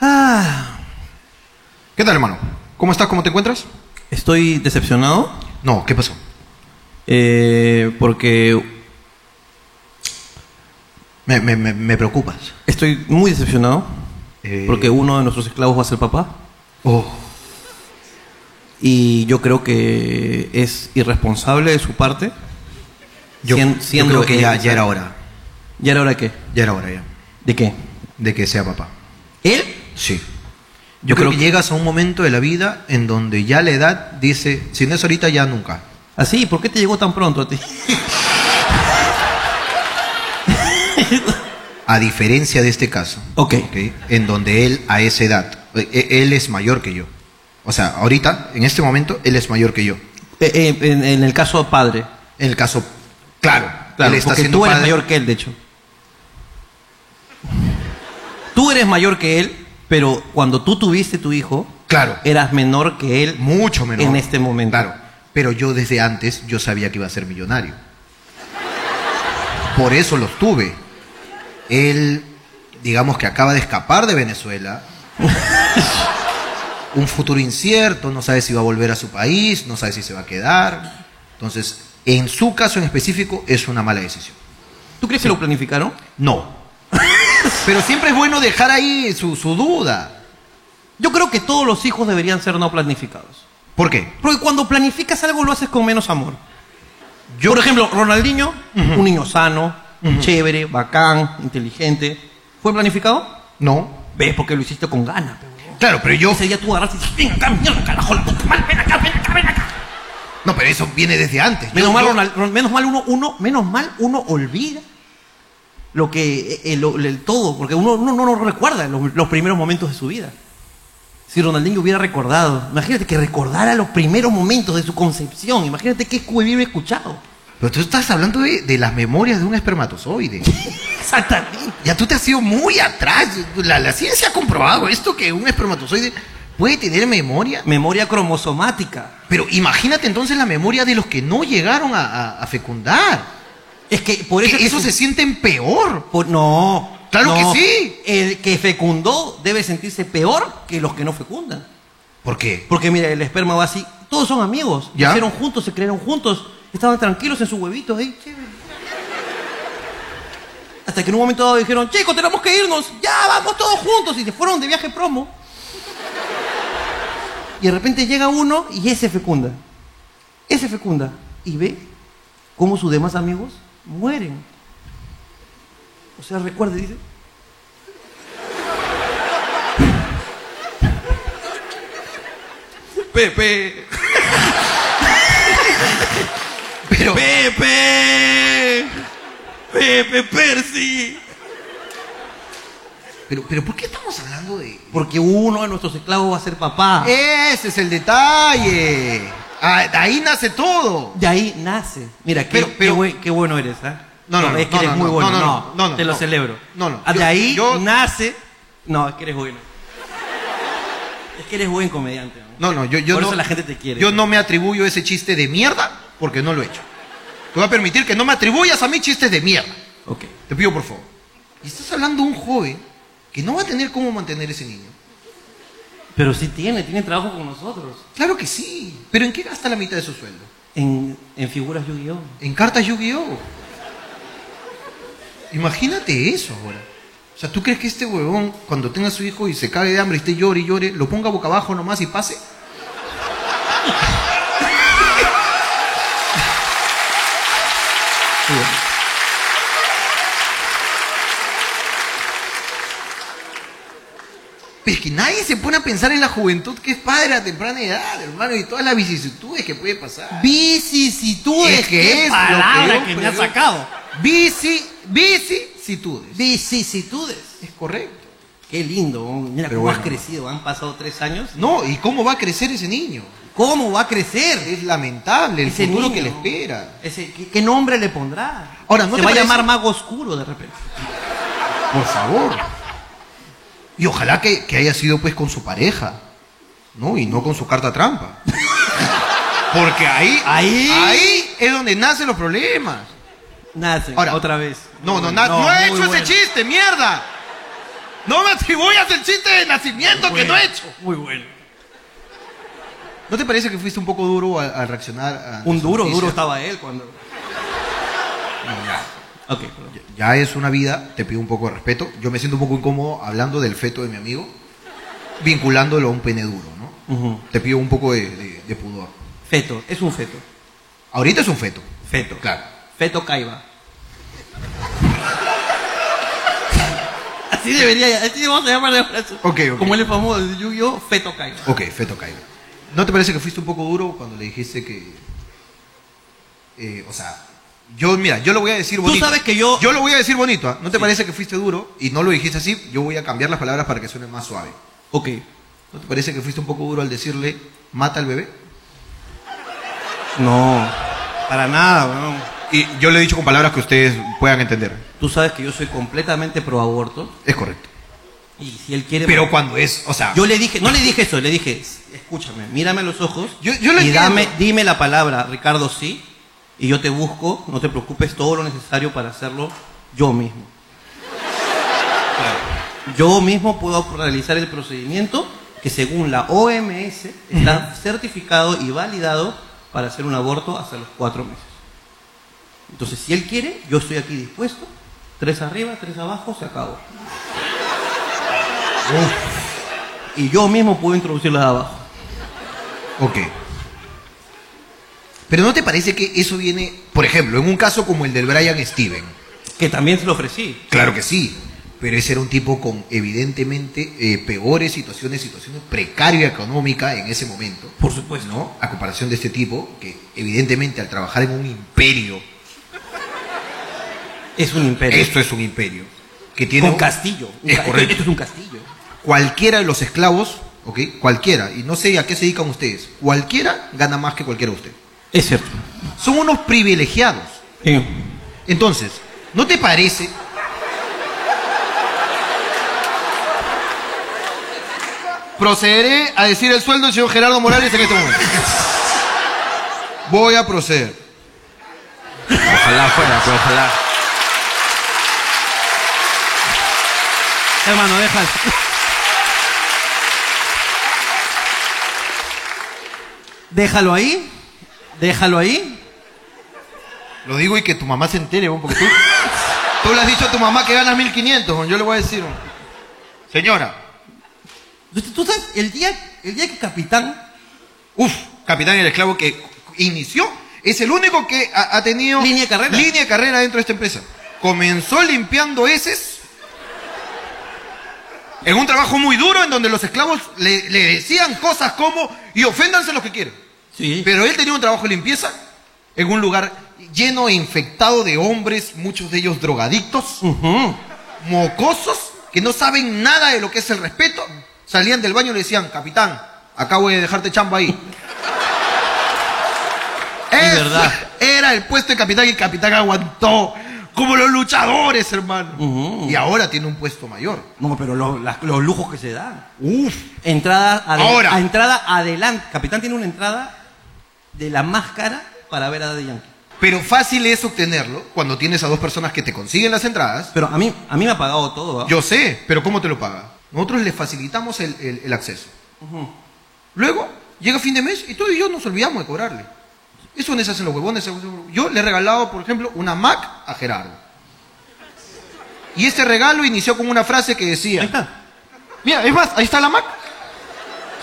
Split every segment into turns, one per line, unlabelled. Ah.
tal, hermano? ¿Cómo estás? ¿Cómo te encuentras?
Estoy decepcionado
No, ¿qué pasó?
eh, porque
Me, me- me- me preocupas.
estoy muy decepcionado
Eh,
porque uno de nuestros esclavos va a ser papá
oh,
y yo creo que es irresponsable de su parte.
yo,
sien-
yo
siendo
creo que ya,
él-
ya era hora.
¿Y ahora qué?
Ya era hora ya.
¿De qué?
De que sea papá.
¿Él?
Sí. Yo creo que llegas a un momento de la vida en donde ya la edad dice, si no es ahorita, ya nunca.
¿Así? Ah, ¿Por qué te llegó tan pronto a ti?
A diferencia de este caso.
Ok.
¿ok? En donde él a esa edad, eh, eh, él es mayor que yo. O sea, ahorita, en este momento, él es mayor que yo.
Eh, eh, en, en el caso padre.
En el caso, claro,
Claro,
él está
porque
siendo
tú eres
padre.
mayor que él, de hecho. Tú eres mayor que él, pero cuando tú tuviste tu hijo,
Claro,
eras menor que él.
mucho menor.
en este momento.
Claro, pero yo desde antes, yo sabía que iba a ser millonario. Por eso los tuve. Él, digamos que acaba de escapar de Venezuela. Un futuro incierto, no sabe si va a volver a su país, no sabe si se va a quedar. Entonces, en su caso en específico, es una mala decisión.
¿Tú crees que lo planificaron?
No. Pero siempre es bueno dejar ahí su, su duda.
Yo creo que todos los hijos deberían ser no planificados.
¿Por qué?
Porque cuando planificas algo lo haces con menos amor.
Yo-
Por ejemplo, Ronaldinho, un niño sano, chévere, bacán, inteligente. ¿Fue planificado?
No.
¿Ves? Porque lo hiciste con ganas. pe.
Claro, pero yo.
Ese día tú agarraste y dices, ven acá, mierda, carajo, la puta madre, ven acá, ven acá, ven acá.
No, pero eso viene desde antes.
Menos
Yo-
mal,
yo-
Ronald- Ron- menos mal uno, uno, menos mal uno olvida lo que eh, eh, lo- el todo, porque uno, uno no lo recuerda los, los primeros momentos de su vida. Si Ronaldinho hubiera recordado, imagínate que recordara los primeros momentos de su concepción, imagínate qué hubiera escuchado.
Pero tú estás hablando de, de las memorias de un espermatozoide.
Exactamente.
Ya tú te has ido muy atrás. La, la ciencia ha comprobado esto que un espermatozoide puede tener memoria.
Memoria cromosomática.
Pero imagínate entonces la memoria de los que no llegaron a, a- a fecundar.
Es que por
Que
eso. es que
esos
su-
se sienten peor.
por- no.
Claro que
no.
sí.
El que fecundó debe sentirse peor que los que no fecundan.
¿Por qué?
Porque mira, el esperma va así. Todos son amigos.
¿Ya?
Nacieron juntos, se crearon juntos. Estaban tranquilos en sus huevitos ahí, chévere. Hasta que en un momento dado dijeron, chicos, tenemos que irnos. Ya, vamos todos juntos. Y se fueron de viaje promo. Y de repente llega uno y ese fecunda. Ese fecunda. Y ve cómo sus demás amigos mueren. O sea, recuerde, dice, Pepe.
Pero,
Pepe. Pepe Percy.
pero, pero ¿por qué estamos hablando de...?
Porque uno de nuestros esclavos va a ser papá.
Eh. Ese es el detalle. Ah, de ahí nace todo.
De ahí nace. Mira, qué,
Pero- pero-
qué bue- qué bueno eres, ¿ah?
No, no, no,
es que
no,
eres
no,
muy
no,
bueno.
no,
No,
no, no, no,
te lo
no.
celebro.
No, no,
Ah, De
yo-
ahí
yo-
nace. No, es que eres bueno. Es que eres buen comediante. ¿no?
No, no, yo, yo
Por
no.
eso la gente te quiere.
Yo no me atribuyo ese chiste de mierda porque no lo he hecho. Te voy a permitir que no me atribuyas a mí chistes de mierda.
Ok.
Te pido por favor. Y estás hablando de un joven que no va a tener cómo mantener ese niño.
Pero sí tiene, tiene trabajo con nosotros.
Claro que sí. Pero ¿en qué gasta la mitad de su sueldo?
En, en figuras Yu-Gi-Oh!
En cartas Yu-Gi-Oh. Imagínate eso ahora. O sea, ¿tú crees que este huevón, cuando tenga a su hijo y se cague de hambre y esté llore y llore, lo ponga boca abajo nomás y pase? Pero es que nadie se pone a pensar en la juventud que es padre a temprana edad, hermano, y todas las vicisitudes que puede pasar.
Vicisitudes.
Es que es lo que
palabra
yo
que, me ha
creo.
sacado.
Bici, vicisitudes.
Vicisitudes.
Es correcto.
Qué lindo, ¿no? mira
Pero
cómo has
bueno.
crecido, han pasado tres años.
No, ¿y cómo va a crecer ese niño?
¿Cómo va a crecer?
Es lamentable el
Ese
futuro
niño.
que le espera.
Ese- ¿qué, qué nombre le pondrá?
Ahora, ¿no
Se
te
va
parece-
a llamar Mago Oscuro de repente.
Por favor. Y ojalá que, que haya sido pues con su pareja, ¿no? Y no con su carta trampa. Porque ahí,
Ahí.
ahí es donde nacen los problemas.
Nace,
Ahora-
otra vez.
No, no,
Muy
na-
bueno.
no, he
muy
hecho
bueno.
ese chiste, mierda. No me atribuyas el chiste de nacimiento que no he hecho.
Muy bueno.
¿No te parece que fuiste un poco duro al, al reaccionar a
Un
nuestra
duro,
noticia?
duro estaba él cuando.
No, ya.
Ok, perdón.
Ya es una vida, te pido un poco de respeto. Yo me siento un poco incómodo hablando del feto de mi amigo, vinculándolo a un pene duro, ¿no?
Ujú.
Te pido un poco de, de- de pudor.
Feto, es un feto.
Ahorita es un feto.
Feto.
Claro.
Feto Caiba. Así debería, así vamos a llamar de ahora.
Ok, ok.
Como él es famoso de Yu-Gi-Oh, Feto Kaiba.
Ok, feto caigo. ¿No te parece que fuiste un poco duro cuando le dijiste que... eh, o sea, yo, mira, yo lo voy a decir
Tú
bonito.
sabes que yo-
Yo lo voy a decir bonito, ¿ah? ¿No te
Sí.
parece que fuiste duro y no lo dijiste así? Yo voy a cambiar las palabras para que suene más suave.
Ok.
¿No te parece que fuiste un poco duro al decirle, mata al bebé?
No, para nada, weón.
Y yo le he dicho con palabras que ustedes puedan entender.
Tú sabes que yo soy completamente pro aborto.
Es correcto.
Y si él quiere.
Pero cuando es, o sea,
Yo le dije, no le dije eso, le dije, escúchame, mírame a los ojos
Yo- yo lo
y
entiendo.
dame, dime la palabra, Ricardo, sí, y yo te busco, no te preocupes, todo lo necesario para hacerlo yo mismo. Yo mismo puedo realizar el procedimiento que según la OMS está certificado y validado para hacer un aborto hasta los cuatro meses. Entonces, si él quiere, yo estoy aquí dispuesto, tres arriba, tres abajo, se acabó. Y yo mismo puedo introducirlas abajo.
ok. Pero ¿no te parece que eso viene, por ejemplo, en un caso como el del Brian Steven?
Que también se lo ofrecí.
Claro que sí, pero ese era un tipo con evidentemente eh, peores situaciones, situaciones precaria económica en ese momento,
Por supuesto.
¿no? A comparación de este tipo que evidentemente al trabajar en un imperio,
Es un imperio.
esto es un imperio, que tiene
Con
un-
castillo. Un
Es
ca-
correcto.
Esto es un castillo.
cualquiera de los esclavos, ¿ok? Cualquiera, y no sé a qué se dedican ustedes, cualquiera gana más que cualquiera de ustedes.
Es cierto.
Son unos privilegiados. Entonces, ¿no te parece? Procederé a decir el sueldo del señor Gerardo Morales en este momento. Voy a proceder.
Ojalá fuera, pero ojalá.
Hermano, déjalo. Déjalo ahí. Déjalo ahí.
Lo digo y que tu mamá se entere, weón, porque tú, tú le has dicho a tu mamá que ganas 1500, weón. yo le voy a decir. weón. Señora,
Tú- Tú sabes, el día, el día que Capitán,
uff, capitán y el esclavo que inició, es el único que ha, ha tenido
Línea de carrera.
línea de carrera dentro de esta empresa. Comenzó limpiando heces en un trabajo muy duro en donde los esclavos le, le decían cosas como y oféndanse los que quieran.
sí.
Pero él tenía un trabajo de limpieza en un lugar lleno e infectado de hombres, muchos de ellos drogadictos,
Ujú.
mocosos, que no saben nada de lo que es el respeto. Salían del baño y le decían, capitán, acabo de dejarte chamba ahí.
Es
Ese
verdad.
Era el puesto de capitán y el capitán aguantó. Como los luchadores, hermano.
Ujú.
Y ahora tiene un puesto mayor.
No, pero lo- las- los lujos que se dan.
Uf.
Entrada adelante.
Ahora.
entrada adelante. Capitán tiene una entrada de la máscara para ver a Daddy Yankee.
Pero fácil es obtenerlo cuando tienes a dos personas que te consiguen las entradas.
Pero a mí, a mí me ha pagado todo. ¿ah?
Yo sé, pero ¿cómo te lo paga? Nosotros le facilitamos el, el- el acceso. Luego, llega fin de mes y tú y yo nos olvidamos de cobrarle. Eso no se hacen los huevones. Yo le he regalado, por ejemplo, una Mac a Gerardo. Y este regalo inició con una frase que decía...
Ahí está.
Mira, es más, ahí está la Mac.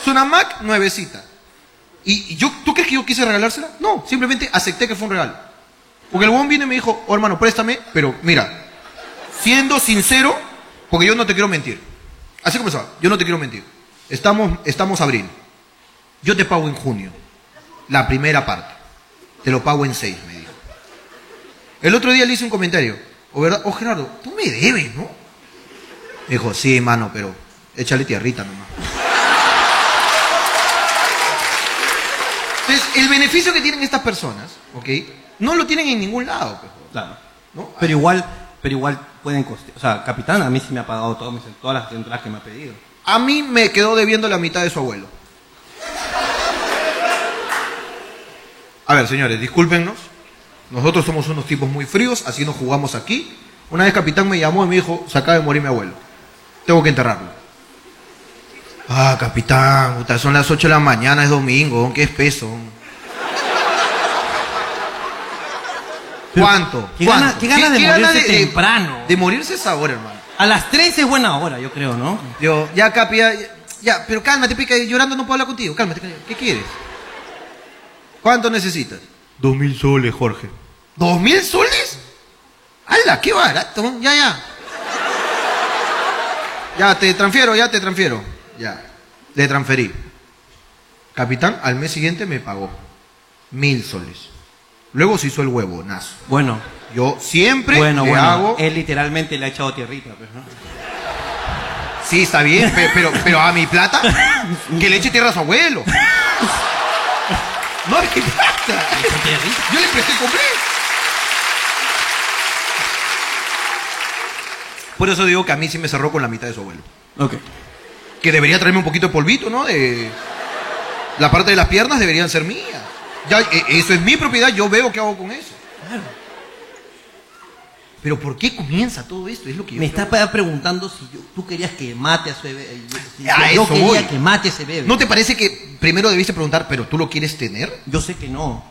Es una Mac nuevecita. ¿Y y yo, tú crees que yo quise regalársela? No, simplemente acepté que fue un regalo. Porque el huevón vino y me dijo, oh, hermano, préstame, pero mira, siendo sincero, porque yo no te quiero mentir. Así comenzaba, yo no te quiero mentir. Estamos, estamos abril. Yo te pago en junio, la primera parte. Te lo pago en seis, me dijo. El otro día le hice un comentario. O verdad, oh Gerardo, tú me debes, ¿no? Me dijo, sí, mano, pero échale tierrita nomás. Entonces, el beneficio que tienen estas personas, ¿ok? No lo tienen en ningún lado, pues,
Claro.
¿no?
Pero igual, pero igual pueden costear. O sea, Capitán a mí sí me ha pagado todo, mis- todas las entradas que me ha pedido.
A mí me quedó debiendo la mitad de su abuelo. A ver, señores, discúlpenos. Nosotros somos unos tipos muy fríos, así nos jugamos aquí. Una vez Capitán me llamó y me dijo, se acaba de morir mi abuelo. Tengo que enterrarlo. Ah, capitán, puta, son las 8 de la mañana, es domingo, qué espeso. ¿Cuánto?
qué
¿Cuánto?
gana- qué gana de morirse temprano?
De morirse es sabor, hermano.
A las 3 es buena hora, yo creo, ¿no?
Yo, ya, Capi, ya, ya, pero cálmate, pica, llorando no puedo hablar contigo, cálmate, cálmate. ¿qué quieres? ¿Cuánto necesitas? Dos mil soles, Jorge. ¿Dos mil soles? ¡Hala, qué barato! Ya, ya. Ya, te transfiero, ya te transfiero. Ya, le transferí. Capitán, al mes siguiente me pagó mil soles. Luego se hizo el huevo, nazo.
Bueno,
Yo siempre
bueno,
le
bueno.
hago...
Él literalmente le ha echado tierrita, pues, ¿no?
Sí, está bien, pe- pero, pero a mi plata, que le eche tierra a su abuelo. No, es que plata. Yo le presté compré. Por eso digo que a mí sí me cerró con la mitad de su abuelo.
Ok.
Que debería traerme un poquito de polvito, ¿no? De... La parte de las piernas deberían ser mías. Ya, e- eso es mi propiedad, yo veo qué hago con eso. Pero ¿por qué comienza todo esto? Es lo que yo
Me
creo.
está pa- preguntando si yo- tú querías que mate a su bebé. eh, yo- si
A
yo
eso
quería
voy.
que mate a ese bebé.
¿No te parece que primero debiste preguntar, pero tú lo quieres tener?
Yo sé que no.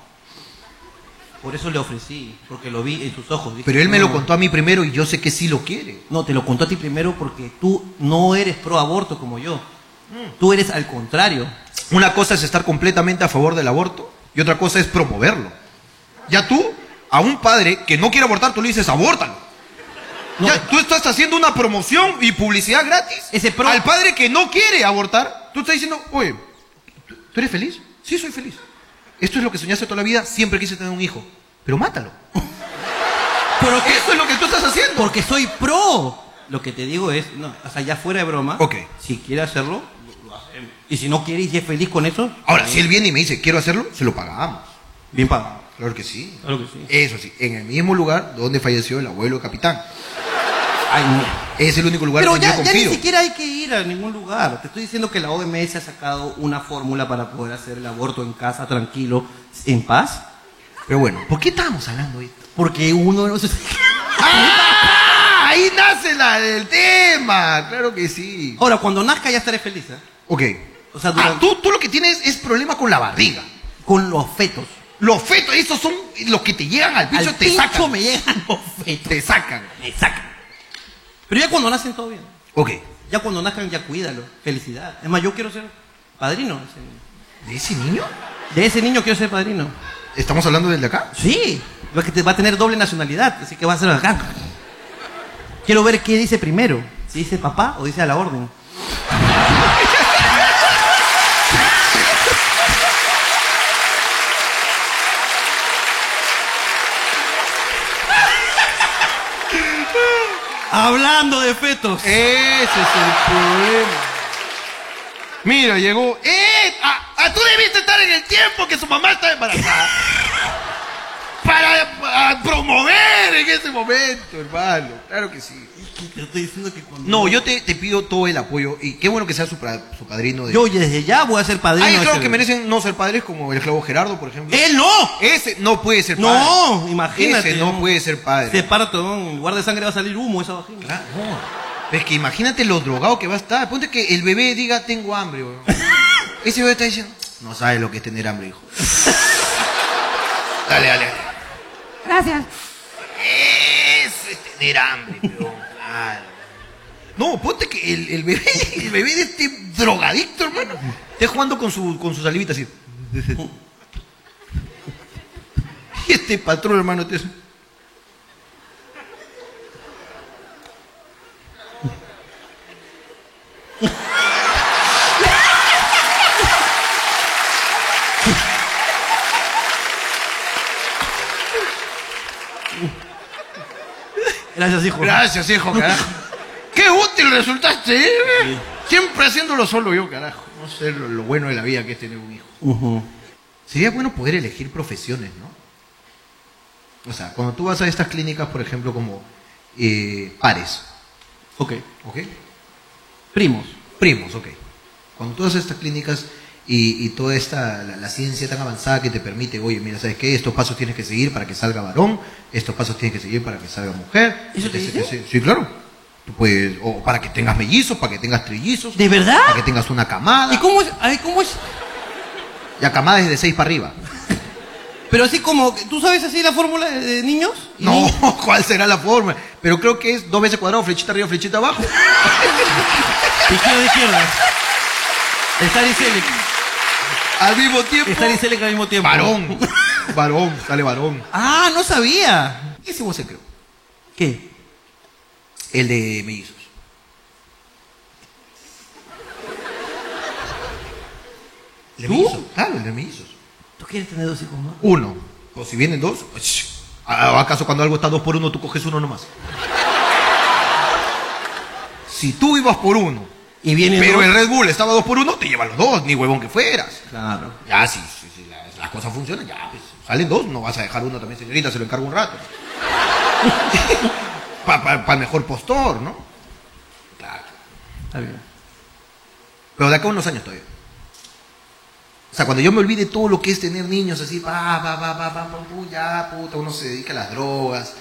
Por eso le ofrecí, porque lo vi en sus ojos. Dije,
Pero él me lo
"No".
contó a mí primero y yo sé que sí lo quiere.
No, te lo contó a ti primero porque tú no eres pro aborto como yo.
Mm.
Tú eres al contrario.
Una cosa es estar completamente a favor del aborto y otra cosa es promoverlo. Ya tú, a un padre que no quiere abortar, tú le dices, abórtalo.
No,
Ya, tú estás haciendo una promoción y publicidad gratis
Ese pro-
al padre que no quiere abortar. Tú estás diciendo, oye, ¿tú- ¿tú eres feliz? Sí, soy feliz. Esto es lo que soñaste toda la vida, siempre quise tener un hijo. Pero mátalo.
pero que-
Eso es lo que tú estás haciendo.
porque soy pro. Lo que te digo es, no, o sea, ya fuera de broma,
Ok.
si quiere hacerlo, lo- lo hacemos. Y si no quiere y es feliz con eso,
Ahora, si él viene y me dice, quiero hacerlo, se lo pagamos.
bien pagado.
Claro que sí.
Claro que sí.
Eso sí, en el mismo lugar donde falleció el abuelo de capitán.
Ay, mira.
Es el único lugar
Pero
donde
ya,
yo
ya ni
confío.
siquiera hay que ir a ningún lugar. Te estoy diciendo que la OMS ha sacado una fórmula para poder hacer el aborto en casa, tranquilo, en paz.
Pero bueno, ¿por qué estábamos hablando de esto?
Porque uno de los...
¡Ah! Ahí nace la del tema. Claro que sí.
Ahora, cuando nazca ya estaré feliz, ¿eh?
Ok.
O sea, durante-
Ah, tú, tú lo que tienes es problema con la barriga.
Con los fetos.
Los fetos, esos son los que te llegan al pincho,
Al
te
pincho
sacan.
me llegan los fetos.
Te sacan.
Me sacan. Pero ya cuando nacen todo bien.
Ok.
Ya cuando nazcan ya cuídalo. Felicidad. Es más, yo quiero ser padrino. de ese
¿De ese
niño.
niño?
De ese niño quiero ser padrino.
¿Estamos hablando del de acá?
Sí, va que te- va a tener doble nacionalidad, así que va a ser acá. Quiero ver qué dice primero, si dice papá o dice a la orden. Hablando de fetos.
Ese es el problema. Mira, llegó. ¡Eh! Ah, ah, tú debiste estar en el tiempo que su mamá estaba embarazada. Para ah, promover en ese momento, hermano. Claro que sí.
Te estoy diciendo que cuando-
No, yo te, te pido todo el apoyo. Y qué bueno que sea su, pra- su padrino. De...
Yo desde ya voy a ser padrino.
Hay
de
claro
este
que
bebé.
merecen no ser padres, como el esclavo Gerardo, por ejemplo.
¡Él no!
Eh, Ese no puede ser padre.
No, imagínate.
Ese no
¿no?
puede ser padre.
Se parto, ¿no? en lugar de sangre va a salir humo esa vagina.
Claro, no. Es que imagínate lo drogado que va a estar. Ponte que el bebé diga, tengo hambre, weón. Ese bebé está diciendo, no sabe lo que es tener hambre, hijo. dale, dale, dale. Gracias. Eso es tener hambre, weón, claro. No, ponte que el, el bebé, el bebé de este drogadicto, hermano, esté jugando con su, con su salivita así. Y este patrón, hermano, te
Gracias, hijo.
Gracias, hijo, carajo. Qué útil resultaste, ¿eh? Siempre haciéndolo solo yo, carajo. No sé lo, lo bueno de la vida que es tener un hijo.
Ujú.
Sería bueno poder elegir profesiones, ¿no? O sea, cuando tú vas a estas clínicas, por ejemplo, como eh, pares,
Ok.
¿ok?
Primos.
Primos, ok. Cuando tú vas a estas clínicas y, y toda esta, la, la ciencia tan avanzada que te permite, oye, mira, ¿sabes qué? Estos pasos tienes que seguir para que salga varón, estos pasos tienes que seguir para que salga mujer.
¿Eso te
etc,
dice?
etc. Sí, claro. pues, o para que tengas mellizos, para que tengas trillizos.
¿De verdad?
Para que tengas una camada.
¿Y cómo es? Ay, ¿cómo es?
Ya camada es de seis para arriba.
Pero así como, ¿tú sabes así la fórmula de, de niños? ¿Y
No,
ni-
¿cuál será la forma? Pero creo que es dos veces cuadrado, flechita arriba, flechita abajo.
Izquierda, izquierda. Está Liselic.
Al mismo tiempo.
Está Liselic al mismo tiempo.
Varón. Varón, sale varón.
Ah, no sabía.
Ese vos se creo.
¿Qué?
El de mellizos. ¿El de
¿Tú?
mellizos? Claro, el de mellizos.
¿Tú quieres tener dos hijos más?
Uno. O si vienen dos, pues, shh. ¿A- ¿acaso cuando algo está dos por uno tú coges uno nomás? Si tú ibas por uno,
Y viene
pero
dos.
el Red Bull estaba dos por uno, te llevan los dos, ni huevón que fueras.
Claro.
Ya, si, si- si la- las, cosas funcionan, ya, pues, salen dos, no vas a dejar uno también, señorita, se lo encargo un rato. Para el mejor postor, ¿no? Claro.
Está bien.
Pero de acá a unos años todavía. O sea, cuando yo me olvide todo lo que es tener niños así, pa, pa, pa, pa, pa, pu, pu, ya, puta, uno se dedica a las drogas.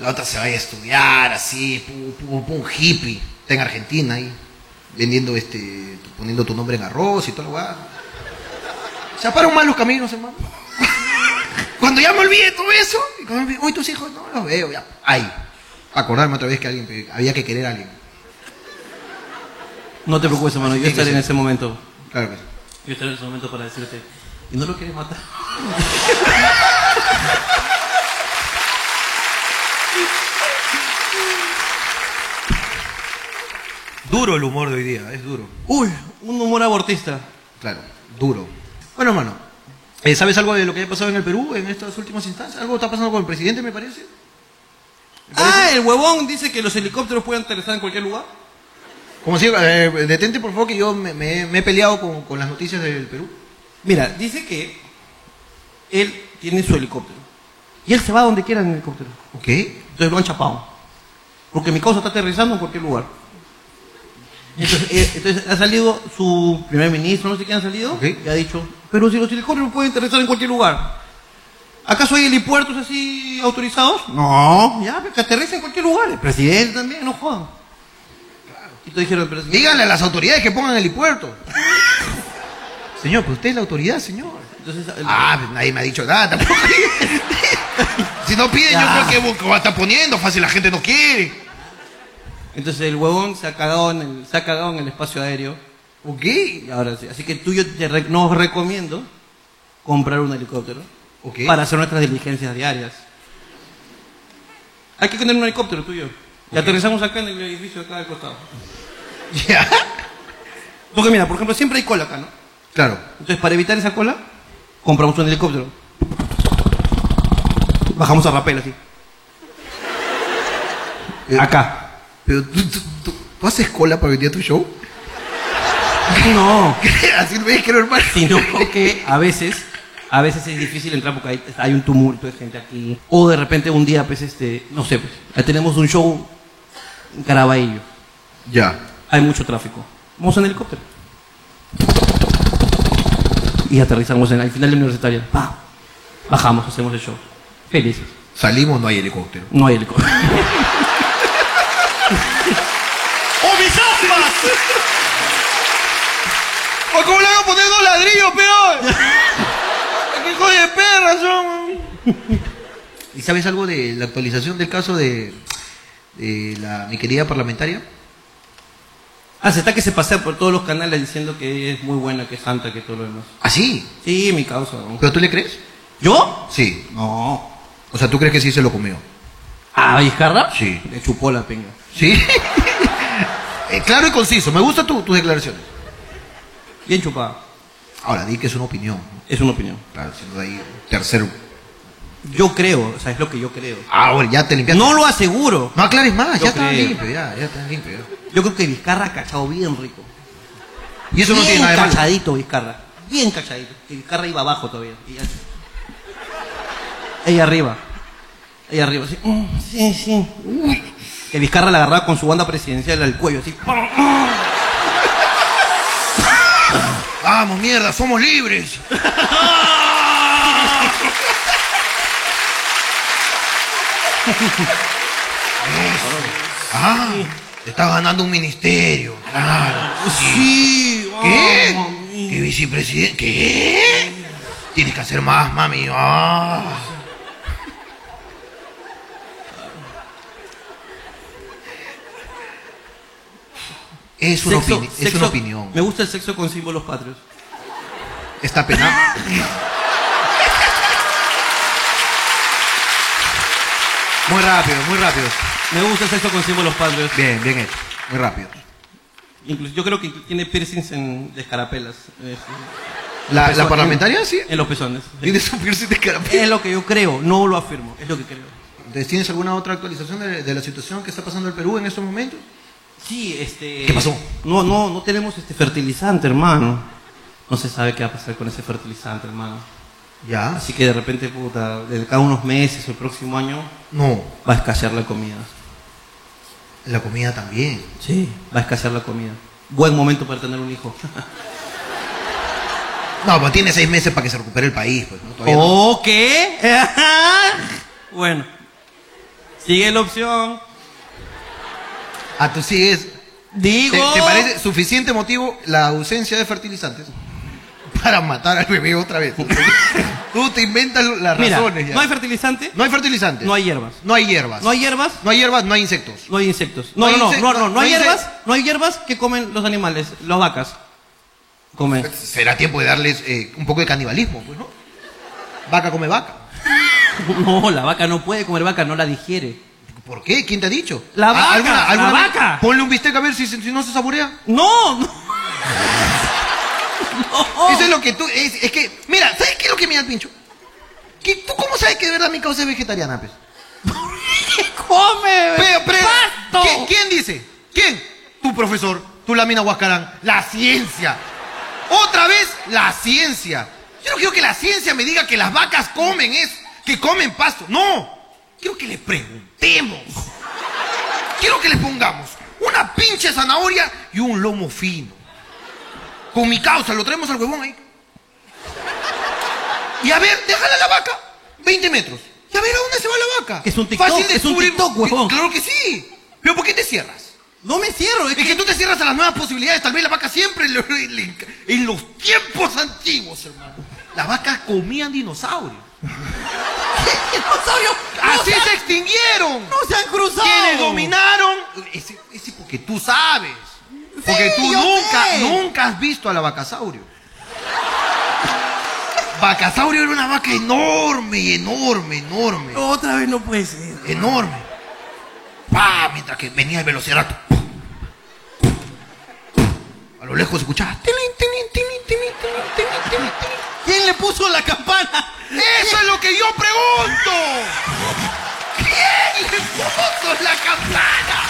La otra se vaya a estudiar, así, pu, pu, pu, un hippie. Está en Argentina ahí, vendiendo este, poniendo tu nombre en arroz y todo lo guay. Se aparan mal los caminos, hermano. cuando ya me olvide todo eso, y cuando me olvide, "Uy, tus hijos, no los veo, ya. Ahí. Acordarme otra vez que alguien, había que querer a alguien.
No te preocupes, hermano. Yo
Tiene que
estaré en
ser.
ese momento.
Claro que sí.
Yo estaré en ese momento para decirte. ¿Y no lo quieres matar?
Duro el humor de hoy día, es duro.
Uy, un humor abortista.
Claro, duro. Bueno, hermano, eh, ¿sabes algo de lo que ha pasado en el Perú en estas últimas instancias? ¿Algo está pasando con el presidente, me parece?
Ah, el huevón dice que los helicópteros pueden aterrizar en cualquier lugar.
Como si, eh, detente por favor, que yo me, me- me he peleado con, con las noticias del Perú.
Mira, dice que él tiene su helicóptero. Y él se va donde quiera en el helicóptero.
Ok.
Entonces lo han chapado. Porque mi causa está aterrizando en cualquier lugar. Entonces, eh, entonces ha salido su primer ministro, no sé quién ha salido,
Ok.
y ha dicho, pero si los helicópteros pueden aterrizar en cualquier lugar. ¿Acaso hay helipuertos así autorizados? No. Ya, pero que aterriza en cualquier lugar. El presidente también, no jodan. Y entonces dijeron, pero señor-
Díganle a las autoridades que pongan helipuerto. señor, pero usted es la autoridad, señor.
entonces, el-
Ah, pues nadie me ha dicho nada tampoco. si no piden,
Ya.
yo creo que bu- que va a estar poniendo, fácil la gente no quiere.
entonces el huevón se ha cagado en el, se ha cagado en el espacio aéreo.
Ok,
Y Ahora sí. Así que tú yo te re- nos recomiendo comprar un helicóptero
ok.
para hacer nuestras diligencias diarias. Hay que tener un helicóptero tuyo. Y aterrizamos acá en el edificio acá al costado.
Ya.
Porque mira, por ejemplo, siempre hay cola acá, ¿no?
Claro.
Entonces, para evitar esa cola, compramos un helicóptero. Bajamos a rapel así.
Eh,
Acá.
Pero tú, tú- tú- ¿tú haces cola para venir a tu show.
No.
Así ves que no, hermano.
sino que a veces a veces es difícil entrar porque hay, hay un tumulto de gente aquí o de repente un día pues este no sé pues ahí tenemos un show en Caraballo
Ya.
hay mucho tráfico vamos en helicóptero y aterrizamos en al final de la universitaria Pa. bajamos hacemos el show felices
Salimos, no hay helicóptero.
no hay helicóptero
¡Oh, mis aspas! ¿O cómo le van a poner dos ladrillos, peor? ¡Qué hijo de perra son! ¿Y sabes algo de la actualización del caso de, de la, mi querida parlamentaria?
ah se está que se pasea por todos los canales diciendo que es muy buena que es santa que todo lo demás
¿Ah, sí?
sí mi causa ¿no?
¿Pero tú le crees?
yo
Sí.
no
O sea, ¿tú crees que sí se lo comió?
¿A Vizcarra?
Sí.
Le chupó la pinga.
¿Sí? Eh, claro y conciso. Me gustan tu- tus declaraciones.
Bien chupada.
Ahora, di que es una opinión. ¿no?
Es una opinión.
Claro, siendo de ahí tercero.
Yo creo, o sea, es lo que yo creo.
Ahora, ya te limpiaste.
No lo aseguro.
No aclares más,
Yo
ya está
creo.
limpio, ya, ya está limpio. ya.
Yo creo que Vizcarra ha cachado bien rico.
Y eso no
bien
tiene nada de malo.
cachadito Vizcarra. Bien cachadito. Que Vizcarra iba abajo todavía. Y así. Ella arriba. Ella arriba, así. Mm, Sí, sí. Uy. Que Vizcarra la agarraba con su banda presidencial al cuello, así.
Ah, Vamos, mierda, somos libres. Ah, te estás ganando un ministerio. Claro.
Sí. Oh,
¿Qué? ¿Qué vicepresidente? ¿Qué? Tienes que hacer más, mami. Ah. Es una, opini- es una opinión.
Me gusta el sexo con símbolos patrios.
Está penado. muy rápido, muy rápido.
Me gusta el sexo con símbolos patrios.
Bien, bien hecho. Muy rápido.
Incluso, yo creo que tiene piercings en de escarapelas. eh, sí.
Ah, ¿La,
Pezo-
la parlamentaria sí?
En los pezones. sí.
¿Tienes un piercing de carapela?
Es lo que yo creo, no lo afirmo, es lo que creo.
Entonces, ¿Tienes alguna otra actualización de, de la situación que está pasando en el Perú en estos momentos?
Sí, este.
¿Qué pasó?
No, no, no tenemos este fertilizante, hermano. No se sabe qué va a pasar con ese fertilizante, hermano.
Ya.
Así que de repente, puta, de cada unos meses o el próximo año
No,
va a escasear la comida.
la comida también.
Sí. Va a escasear la comida. Buen momento para tener un hijo.
No, pues tiene seis meses para que se recupere el país. Pues, ¿no? Todavía no.
¿O qué? bueno. Sigue la opción.
Ah, tú sigues. ¿Te,
Digo.
te parece suficiente motivo la ausencia de fertilizantes para matar al bebé otra vez? tú te inventas las
Mira,
razones ya.
no hay fertilizante,
No hay fertilizantes.
no hay hierbas.
No hay hierbas.
No hay hierbas,
No hay hierbas, no hay insectos.
no hay insectos.
No
No,
hay
no, no,
insectos,
no, no, no hay
no hay
hierbas, no hay hierbas que comen los animales, las vacas. Comen.
Será tiempo de darles eh, un poco de canibalismo, pues, ¿no? Vaca come vaca.
No, la vaca no puede comer vaca, no la digiere.
¿Por qué? ¿Quién te ha dicho?
La
¿A-
vaca, la
vez-
vaca.
Ponle un bistec a ver si, se- si no se saborea.
No, no. No.
Eso es lo que tú. Es, es que, mira, ¿sabes qué es lo que me da pincho? ¿Qué- ¿Tú cómo sabes que de verdad mi causa es vegetariana, pues?
come.
Pero, pero-
pasto.
¿qui- ¿Quién dice? ¿Quién? Tu profesor, tu lámina Huascarán, la ciencia. Otra vez, la ciencia. Yo no quiero que la ciencia me diga que las vacas comen es, que comen pasto. No. Quiero que les preguntemos. Quiero que les pongamos una pinche zanahoria y un lomo fino. Con mi causa, lo traemos al huevón ahí. Y a ver, déjala a la vaca. 20 metros. Y a ver a dónde se va la vaca.
Es un TikTok,
Fácil
es un
descubrir-
TikTok, huevón.
Claro que sí. Pero ¿por qué te cierras?
No me cierro, es
Es que tú te cierras a las nuevas posibilidades. Tal vez la vaca siempre le- le- le- en los tiempos antiguos, hermano. Las vacas comían dinosaurios.
que dinosaurios
Así se extinguieron.
no se han cruzado.
Quienes dominaron. Ese, ese porque tú sabes. Porque tú
yo
nunca,
sé.
nunca has visto a la vacasaurio. Vacasaurio era una vaca enorme, enorme, enorme.
Otra vez no puede ser.
enorme. ¡Pah! Mientras que venía el velociraptor. A lo lejos escuchaba. "Tilín, tilín, tilín, tilín, tilín, tilín, tilín, tilín".
¿Quién le puso la campana?
¡Eso es lo que yo pregunto! ¿Quién le puso la campana?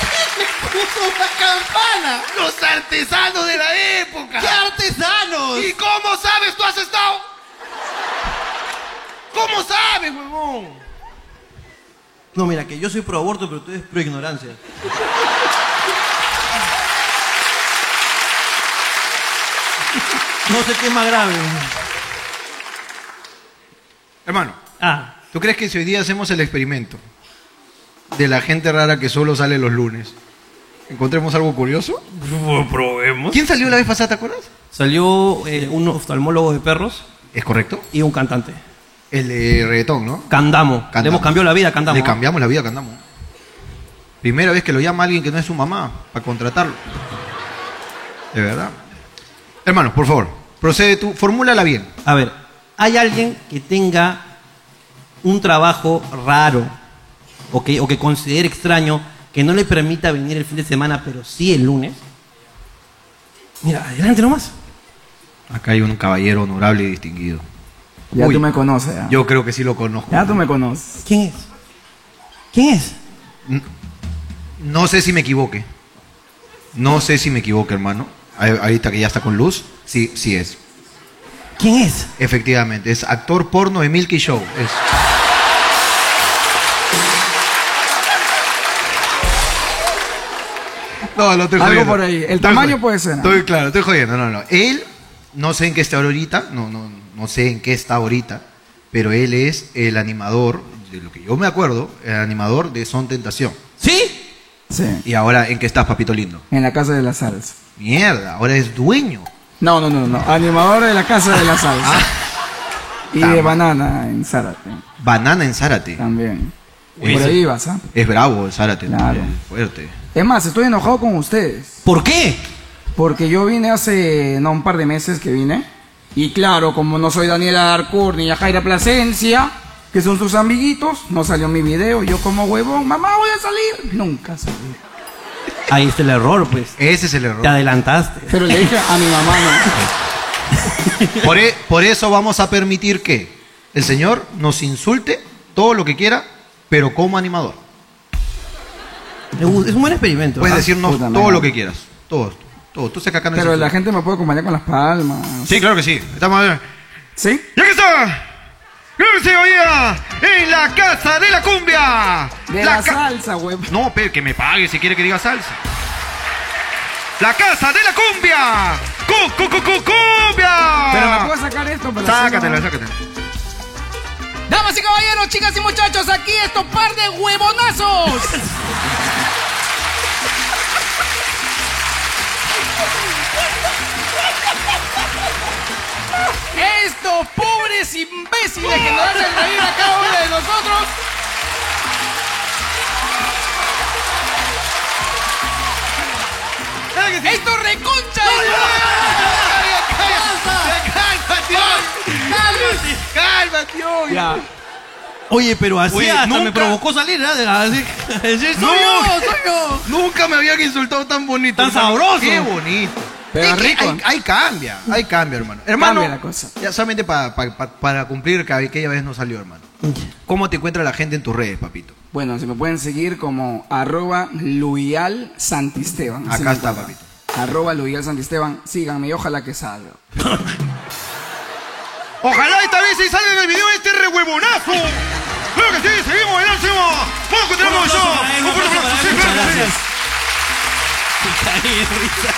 ¿Quién le puso la campana?
Los artesanos de la época.
¡Qué artesanos!
¿Y cómo sabes tú has estado? ¿Cómo sabes, huevón?
No, mira, que yo soy pro aborto, pero tú eres pro ignorancia. No sé qué es más grave.
Hermano,
Ah.
¿tú crees que si hoy día hacemos el experimento de la gente rara que solo sale los lunes, encontremos algo curioso? Pues,
Probemos.
¿Quién salió la vez pasada, te acuerdas?
Salió eh, un oftalmólogo de perros
Es correcto.
y un cantante.
El de reggaetón, ¿no?
Candamo.
Cantamos.
Le hemos cambiado la vida, Candamo.
Le cambiamos la vida, cantamos. Primera vez que lo llama alguien que no es su mamá para contratarlo. De verdad. Hermano, por favor, procede tú, formúlala bien.
A ver, ¿hay alguien que tenga un trabajo raro o que, o que considere extraño que no le permita venir el fin de semana, pero sí el lunes? Mira, adelante nomás.
Acá hay un caballero honorable y distinguido.
Ya
Uy.
tú me conoces. Ya.
Yo creo que sí lo conozco.
Ya tú me conoces.
¿Quién es? ¿Quién es?
No sé si me equivoque. No sé si me equivoque, hermano. Ahí- Ahorita que ya está con luz. Sí, sí es.
¿Quién es?
Efectivamente, es actor porno de Milky Show. Es. No, no estoy
Algo
jodiendo.
por ahí. El
Estoy
tamaño
jodiendo.
puede ser, ¿no?
Estoy claro, estoy jodiendo. No, no. Él, no sé en qué está ahorita, no, no, no sé en qué está ahorita, pero él es el animador, de lo que yo me acuerdo, el animador de Son Tentación.
¿Sí?
Sí.
¿Y ahora en qué estás, papito lindo?
En la casa de las salsa.
Mierda, ahora es dueño.
No, no, no, no. Animador de la casa de la salsa.
Ah,
y de banana en Zárate.
Banana en Zárate.
También.
Oye,
Por
sí.
ahí vas, ¿ah?
Es bravo el Zárate.
Claro.
también, Fuerte.
Es más, estoy enojado con ustedes.
¿Por qué?
Porque yo vine hace, no, un par de meses que vine. Y claro, como no soy Daniela Darcourt ni Jaira Plasencia, que son sus amiguitos, no salió mi video. Yo como huevón, mamá, voy a salir. Nunca salí.
Ahí está el error, pues.
Ese es el error.
Te adelantaste.
Pero le dije a mi mamá, no.
Por, e- por eso vamos a permitir que el señor nos insulte todo lo que quiera, pero como animador.
Me gusta- Es un buen experimento.
Puedes
Ah,
decirnos
puta
todo
madre.
lo que quieras. Todo, todo. Tú sé que acá no hay
Pero la
censura.
gente me puede acompañar con las palmas.
Sí, claro que sí. Estamos
¿Sí?
¡Ya que está! ¡Claro que sí, oiga! ¡En la casa de la cumbia!
De la,
ca-
salsa, huevón.
No, pero que me pague si quiere que diga salsa. ¡La casa de la cumbia! ¡Cu, cu, cu, cu, cumbia!
Pero me puedo sacar esto, pero
Sácatela,
si no-
sácatela.
Damas y caballeros, chicas y muchachos, aquí estos par de huevonazos. Estos pobres imbéciles que nos hacen reír a cada uno de nosotros. Estos reconchas.
Ya.
Oye, pero así
Oye,
hasta me
nunca-
provocó salir, ¿eh? Así- así-
No.
soy yo, soy yo.
Nunca me habían insultado tan bonito.
Tan
hermano.
sabroso.
Qué bonito.
Pero
Es que
rico.
Ahí, ahí cambia, ahí cambia, hermano. Hermano,
Cambia la cosa.
ya solamente pa- pa- pa- para cumplir que aquella vez no salió, hermano. ¿Cómo te encuentra la gente en tus redes, papito?
Bueno, se me pueden seguir como arroba Luyal Santisteban. Así
Acá
me
está,
encuentran. Arroba Luyal Santisteban. Síganme y ojalá que salga.
Ojalá esta vez se salga en el video este rehuevonazo. Claro que sí, seguimos adelante, seguimos. Vamos a
Un
continuar con el
aplauso
show.
para él,
Un
un
fuerte
aplauso
aplauso,
para él,
sí,
¿eh? muchas
claro que sí.
gracias. Me caí de risa.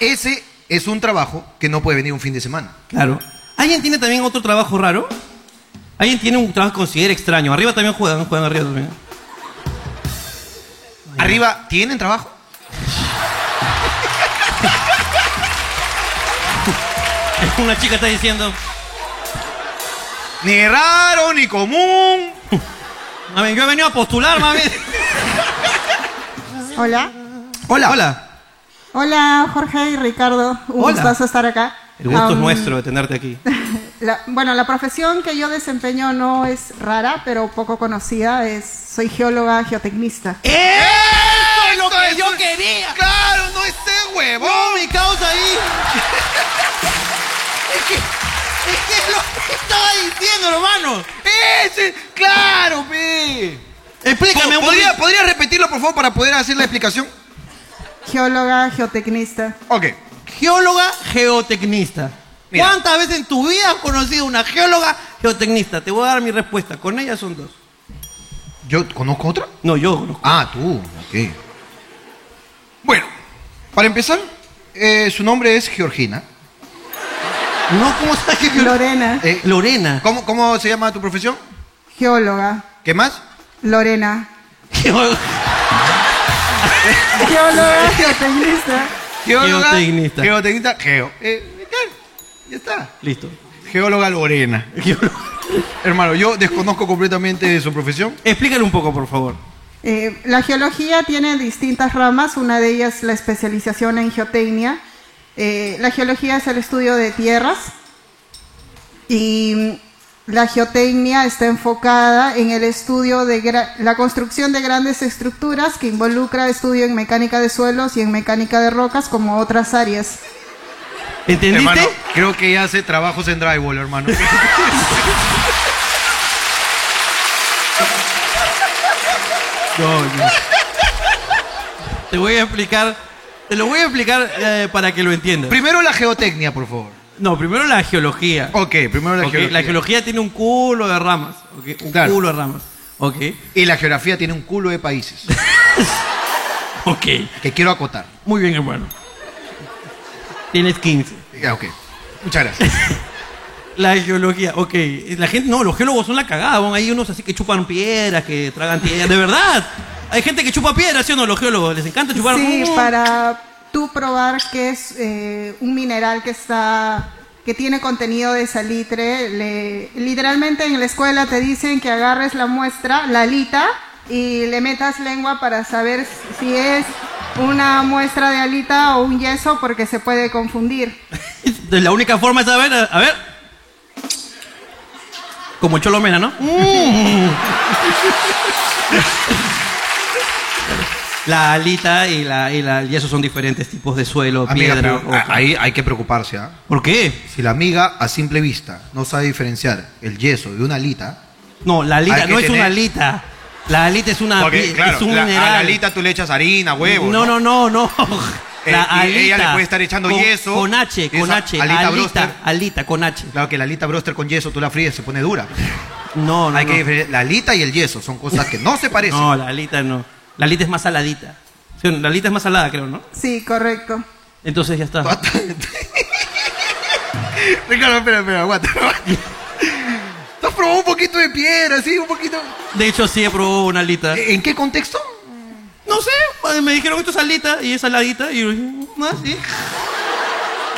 Ese es un trabajo que no puede venir un fin de semana.
Claro. ¿Alguien tiene también otro trabajo raro? ¿Alguien tiene un trabajo que considera extraño? Arriba también juegan, juegan arriba también.
Arriba, ¿tienen trabajo?
Una chica está diciendo,
Ni raro, ni común.
mami, yo he venido a postular, mami.
Hola.
Hola. Hola.
Hola, Jorge y Ricardo. Un
Hola.
gustazo estar acá.
El gusto es
Am,
nuestro de tenerte aquí.
la- bueno, la profesión que yo desempeño no es rara, pero poco conocida. Es, soy geóloga geotecnista.
¡Eso es lo
que yo quería.
¡Claro, no este huevón! ¡No, mi causa ahí!
Es que es lo que estaba diciendo, hermano.
¡Ese! ¡Claro, pe!
Explícame un
¿Podría,
poquito.
¿Podría repetirlo, por favor, para poder hacer la explicación?
Geóloga geotecnista.
Ok.
Geóloga geotecnista.
Mira.
¿Cuántas veces en tu vida has conocido una geóloga geotecnista? Te voy a dar mi respuesta. Con ella son dos.
¿Yo conozco otra?
No, yo conozco.
Ah, tú. Ok. Bueno, para empezar, eh, su nombre es Georgina.
No, ¿cómo estás? que-
Lorena.
Eh,
Lorena.
¿cómo, ¿Cómo se llama tu profesión?
Geóloga.
¿Qué más?
Lorena.
Geó-
Geóloga geotecnista.
Geóloga.
Geotecnista.
Geotecnista. Geo. Eh, claro, ya está.
Listo.
Geóloga Lorena.
Geóloga.
Hermano, yo desconozco completamente su profesión.
Explícale un poco, por favor.
Eh, la geología tiene distintas ramas, una de ellas la especialización en geotecnia. Eh, la geología es el estudio de tierras y mm, la geotecnia está enfocada en el estudio de gra- la construcción de grandes estructuras que involucra estudio en mecánica de suelos y en mecánica de rocas como otras áreas.
¿Entendiste?
Hermano, creo que ella hace trabajos en drywall, hermano.
No, no. Te voy a explicar. Te lo voy a explicar eh, para que lo entiendas.
primero la geotecnia, por favor.
No, primero la geología.
Ok, primero la
Ok,
geología.
La geología tiene un culo de ramas. ok, Un
Claro.
culo de ramas. Ok.
Y la geografía tiene un culo de países
Ok.
que quiero acotar.
Muy bien, hermano. Tienes 15.
Ya, ok. Muchas gracias.
La geología, ok. La gente, no, los geólogos son la cagada. weón. Hay unos así que chupan piedras, que tragan piedras. De verdad. Hay gente que chupa piedras, ¿sí o no? Los geólogos les encanta chupar
Sí,
Mm.
para tú probar que es eh, un mineral que está que tiene contenido de salitre, le- literalmente en la escuela te dicen que agarres la muestra, la alita, y le metas lengua para saber si es una muestra de alita o un yeso, porque se puede confundir.
De La única forma es saber, a ver. Como el Cholo Mena, ¿no? Mm. La alita y la, y la y esos son diferentes tipos de suelo,
Amiga,
piedra.
pero ah,
o-
a- ahí hay que preocuparse, ¿ah?
¿Por qué?
Si la amiga a simple vista no sabe diferenciar el yeso de una alita,
No, la alita
Hay que
no es
tener-
una alita. La alita es una
Porque,
pie-
claro,
Ah, es un
la- a
mineral.
la alita tú le echas harina, huevo.
no, no, no, no.
Eh,
La
y
alita.
ella le puede estar echando
con-
yeso.
Con H, con
Esa
H.
alita
Alita,
broster.
alita, con H.
Claro que la alita broster con yeso tú la fríes, se pone dura.
No, no.
Hay que
no.
diferenciar la alita y el yeso, son cosas que no se parecen.
No, la alita no. La alita es más saladita. Sí, La alita es más salada, creo, ¿no?
Sí, correcto.
Entonces ya está.
Ricardo, espera, espera, aguanta. ¿Tú has probado un poquito de piedra, sí? Un poquito.
De hecho, sí he probado una alita.
Eh,
¿En qué contexto?
No sé, pues, me dijeron esto es alita y es saladita y yo dije, ah, sí.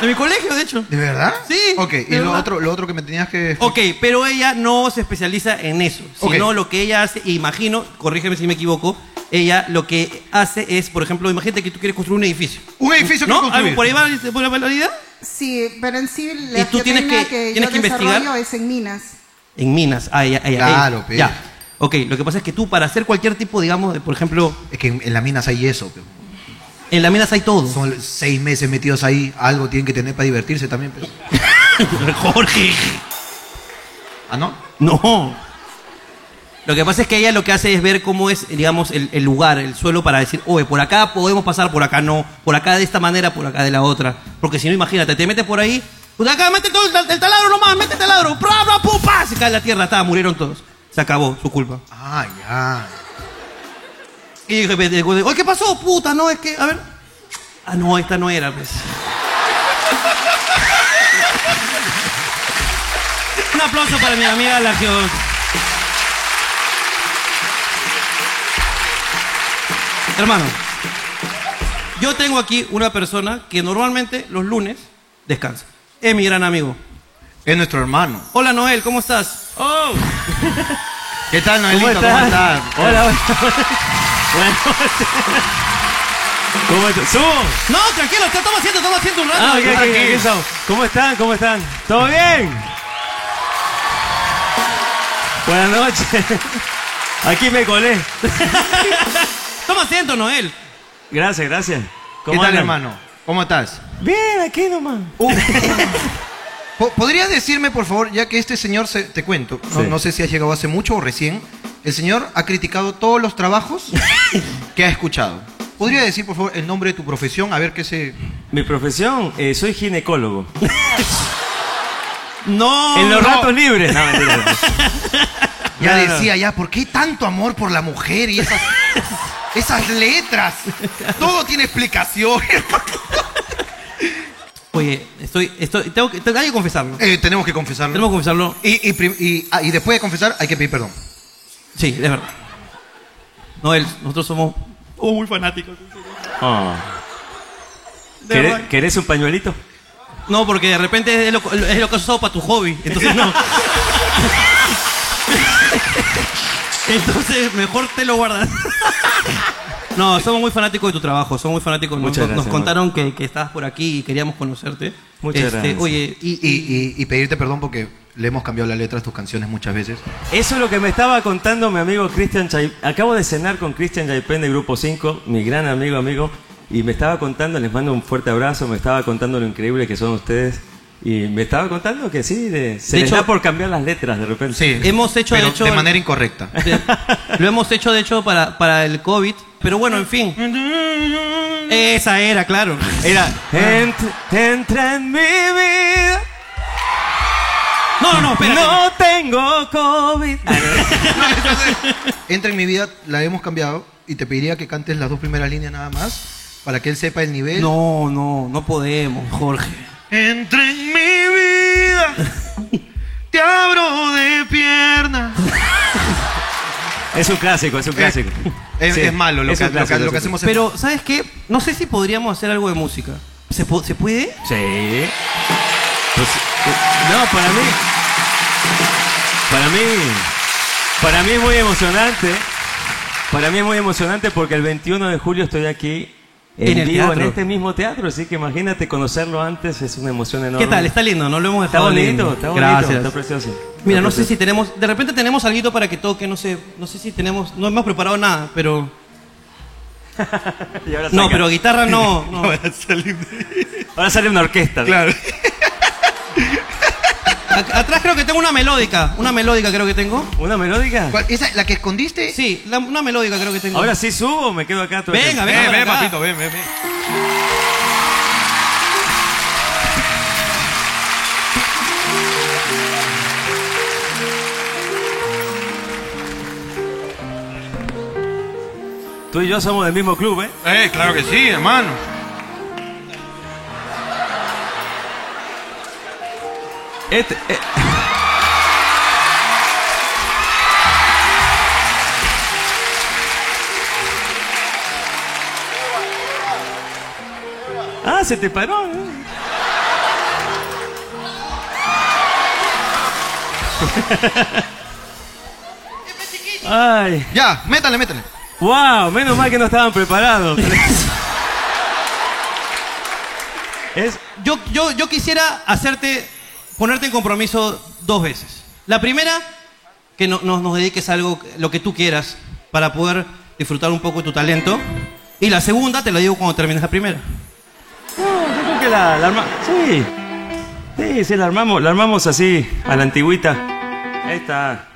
De mi colegio, de hecho.
¿De verdad?
Sí,
Ok,
de
y lo
verdad.
otro, lo otro que me tenías que.
Ok, pero ella no se especializa en eso,
Ok.
sino lo que ella hace, imagino, corrígeme si me equivoco, ella lo que hace es, por ejemplo, imagínate que tú quieres construir un edificio.
Un edificio que
¿No?
construir.
¿Por ahí va la- por ahí va la idea?
Sí, pero en sí la
¿Y tú tienes
geotecnia
que-
que, yo
tienes que investigar?
desarrollo es en minas.
En minas, ah, ya, ya, ya.
Claro, pe.
Ya. Ok, lo que pasa es que tú para hacer cualquier tipo, digamos, de, por ejemplo,
Es que en, en las minas hay yeso. pe.
en las minas hay todo.
Son seis meses metidos ahí, algo tienen que tener para divertirse también. pues. pe.
Jorge.
Ah, ¿no?
No. Lo que pasa es que ella lo que hace es ver cómo es, digamos, el, el lugar, el suelo, para decir, oye, por acá podemos pasar, por acá no, por acá de esta manera, por acá de la otra. Porque si no, imagínate, te metes por ahí, pues acá mete todo el, tal- el taladro nomás, mete el taladro, bla, bla, pum, pa, se cae la tierra, está, murieron todos. Se acabó, su culpa.
Ah, ya.
Y de repente, oye, ¿qué pasó, puta? No, es que, a ver. Ah, no, esta no era, pues. Un aplauso para mi amiga la que... Hermano, yo tengo aquí una persona que normalmente los lunes descansa. Es mi gran amigo.
Es nuestro hermano.
Hola Noel, ¿cómo estás? Oh,
¿Qué tal, Noelito?
Hola.
¿Cómo están? ¿Subo?
No, tranquilo, te estamos haciendo, estamos haciendo un rato.
Ah, ok, ok,
Tranquilo.
aquí estamos. ¿Cómo están? ¿Cómo están? ¿Todo bien? Buenas noches. Aquí me colé.
Toma asiento, Noel.
Gracias, gracias.
¿Qué tal,
andan?
hermano? ¿Cómo estás?
Bien, aquí nomás.
Po- ¿Podrías decirme, por favor, ya que este señor, se- te cuento, no,
Sí.
no sé si ha llegado hace mucho o recién, el señor ha criticado todos los trabajos que ha escuchado. ¿Podría decir, por favor, el nombre de tu profesión? A ver qué se...
Mi profesión, eh, soy ginecólogo.
No.
en los
no.
ratos libres. No, mentira.
Ya
No, no, no.
decía, ya, ¿por qué tanto amor por la mujer y esas, esas letras? Todo tiene explicación.
Oye, estoy, estoy, tengo que, tengo hay que confesarlo.
Eh, tenemos que confesarlo.
Tenemos que confesarlo.
Y, y prim- y- ah, y después de confesar, hay que pedir perdón.
Sí, es verdad. Noel, nosotros somos oh, muy fanáticos.
Oh.
De
¿Querés,
verdad.
querés un pañuelito?
No, porque de repente es lo, es lo que has usado para tu hobby. Entonces no. entonces mejor te lo guardas. No, somos muy fanáticos de tu trabajo, somos muy fanáticos. Nos,
Muchas gracias,
nos contaron que, que estabas por aquí y queríamos conocerte. Este,
Muchas gracias.
Oye,
Y, y- y- y pedirte perdón porque le hemos cambiado la letra a tus canciones muchas veces.
Eso es lo que me estaba contando mi amigo Cristian Chay. Acabo de cenar con Cristian Chaipen de Grupo 5, mi gran amigo, amigo, y me estaba contando, les mando un fuerte abrazo, me estaba contando lo increíble que son ustedes. Y me estaba contando que sí, de, se
De
les
hecho-
da por cambiar las letras de repente.
Hemos hecho, de
pero
hecho, Eh,
de
el-
manera incorrecta.
Sí. Lo hemos hecho, de hecho, para, para el COVID. Pero bueno, en fin. Esa era, claro.
Era, "Ent- entra en mi vida,
No, no, no, espérate. Ah,
no tengo COVID.
Entra en mi vida, la hemos cambiado y te pediría que cantes las dos primeras líneas nada más para que él sepa el nivel.
No, no, no podemos, Jorge.
Entra en mi vida. Te abro de pierna.
Es un clásico, es un clásico.
Eh, es- es malo lo
es un
que- lo que- lo que
es un
hacemos en-
Pero, ¿sabes qué? No sé si podríamos hacer algo de música. ¿Se, po- ¿se puede?
Sí. Pues, eh, no, para mí. Para mí. Para mí es muy emocionante. Para mí es muy emocionante porque el 21 de julio estoy aquí en,
En el
vivo
teatro.
en este mismo teatro, así que imagínate conocerlo antes, es una emoción enorme.
¿Qué tal? Está lindo, no lo hemos
Está
dejado
bonito,
lindo.
está bonito,
Gracias.
está precioso.
Mira,
Está
no sé
precioso.
si tenemos, de repente tenemos algo para que toque, no sé, no sé si tenemos, no hemos preparado nada, pero
Y ahora
no,
saca.
pero guitarra no, no.
Ahora sale una orquesta.
Claro.
Ac- Atrás creo que tengo una melódica, una melódica creo que tengo.
¿Una melódica?
¿Cuál? ¿Esa, ¿La que escondiste?
Sí, la- una melódica creo que tengo.
Ahora sí subo, o me quedo acá todo el
Venga,
tiempo?
Eh, venga, para
Ven, ven,
acá.
papito, ven, ven, ven.
Tú y yo somos del mismo club, ¿eh?
Eh, claro que sí, hermano.
Este, eh. Ah, se te paró. ¿eh? Ay,
Ya, métale, métale.
wow, menos mal que no estaban preparados. es
Yo, yo, yo quisiera hacerte, ponerte en compromiso dos veces. La primera, que no- no- nos dediques a algo, lo que tú quieras, para poder disfrutar un poco de tu talento. Y la segunda, te lo digo cuando termines la primera.
No, yo creo que la, la armamos. Sí. Sí, sí, la armamos. La armamos así, a la antigüita. Ahí está.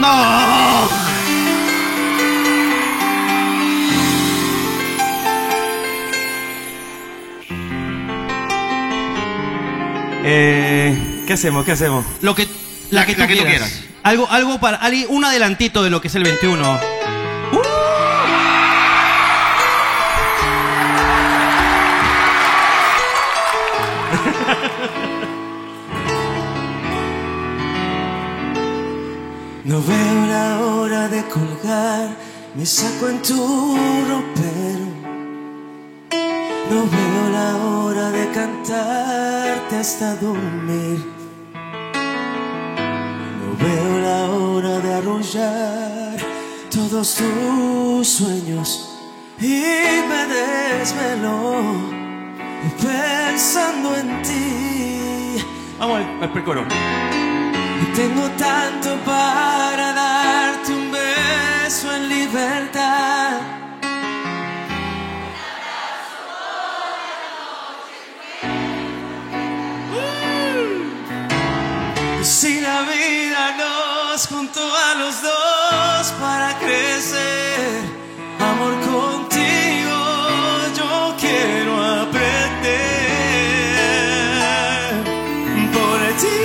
¡No!
Eh, ¿Qué hacemos? ¿Qué hacemos?
Lo que, la,
La-
que, tú,
la que tú
quieras.
quieras.
Algo, algo para, ali- un adelantito de lo que es el 21.
No veo la hora de colgar me saco en tu ropero. No veo la hora de cantarte hasta dormir. No veo la hora de arrullar todos tus sueños. Y me desvelo pensando en ti.
Vamos al, al precoro.
Y Tengo tanto para darte un beso en libertad. Uh. Mm. Si la vida nos juntó a los dos para crecer, amor contigo yo quiero aprender por ti.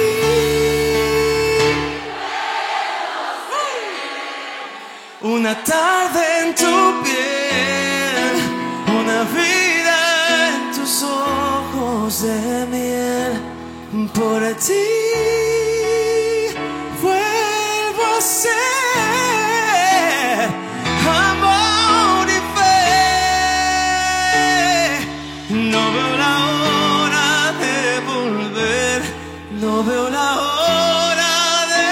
Una tarde en tu piel, una vida en tus ojos de miel. Por ti vuelvo a ser amor y fe. No veo la hora de volver, no veo la hora de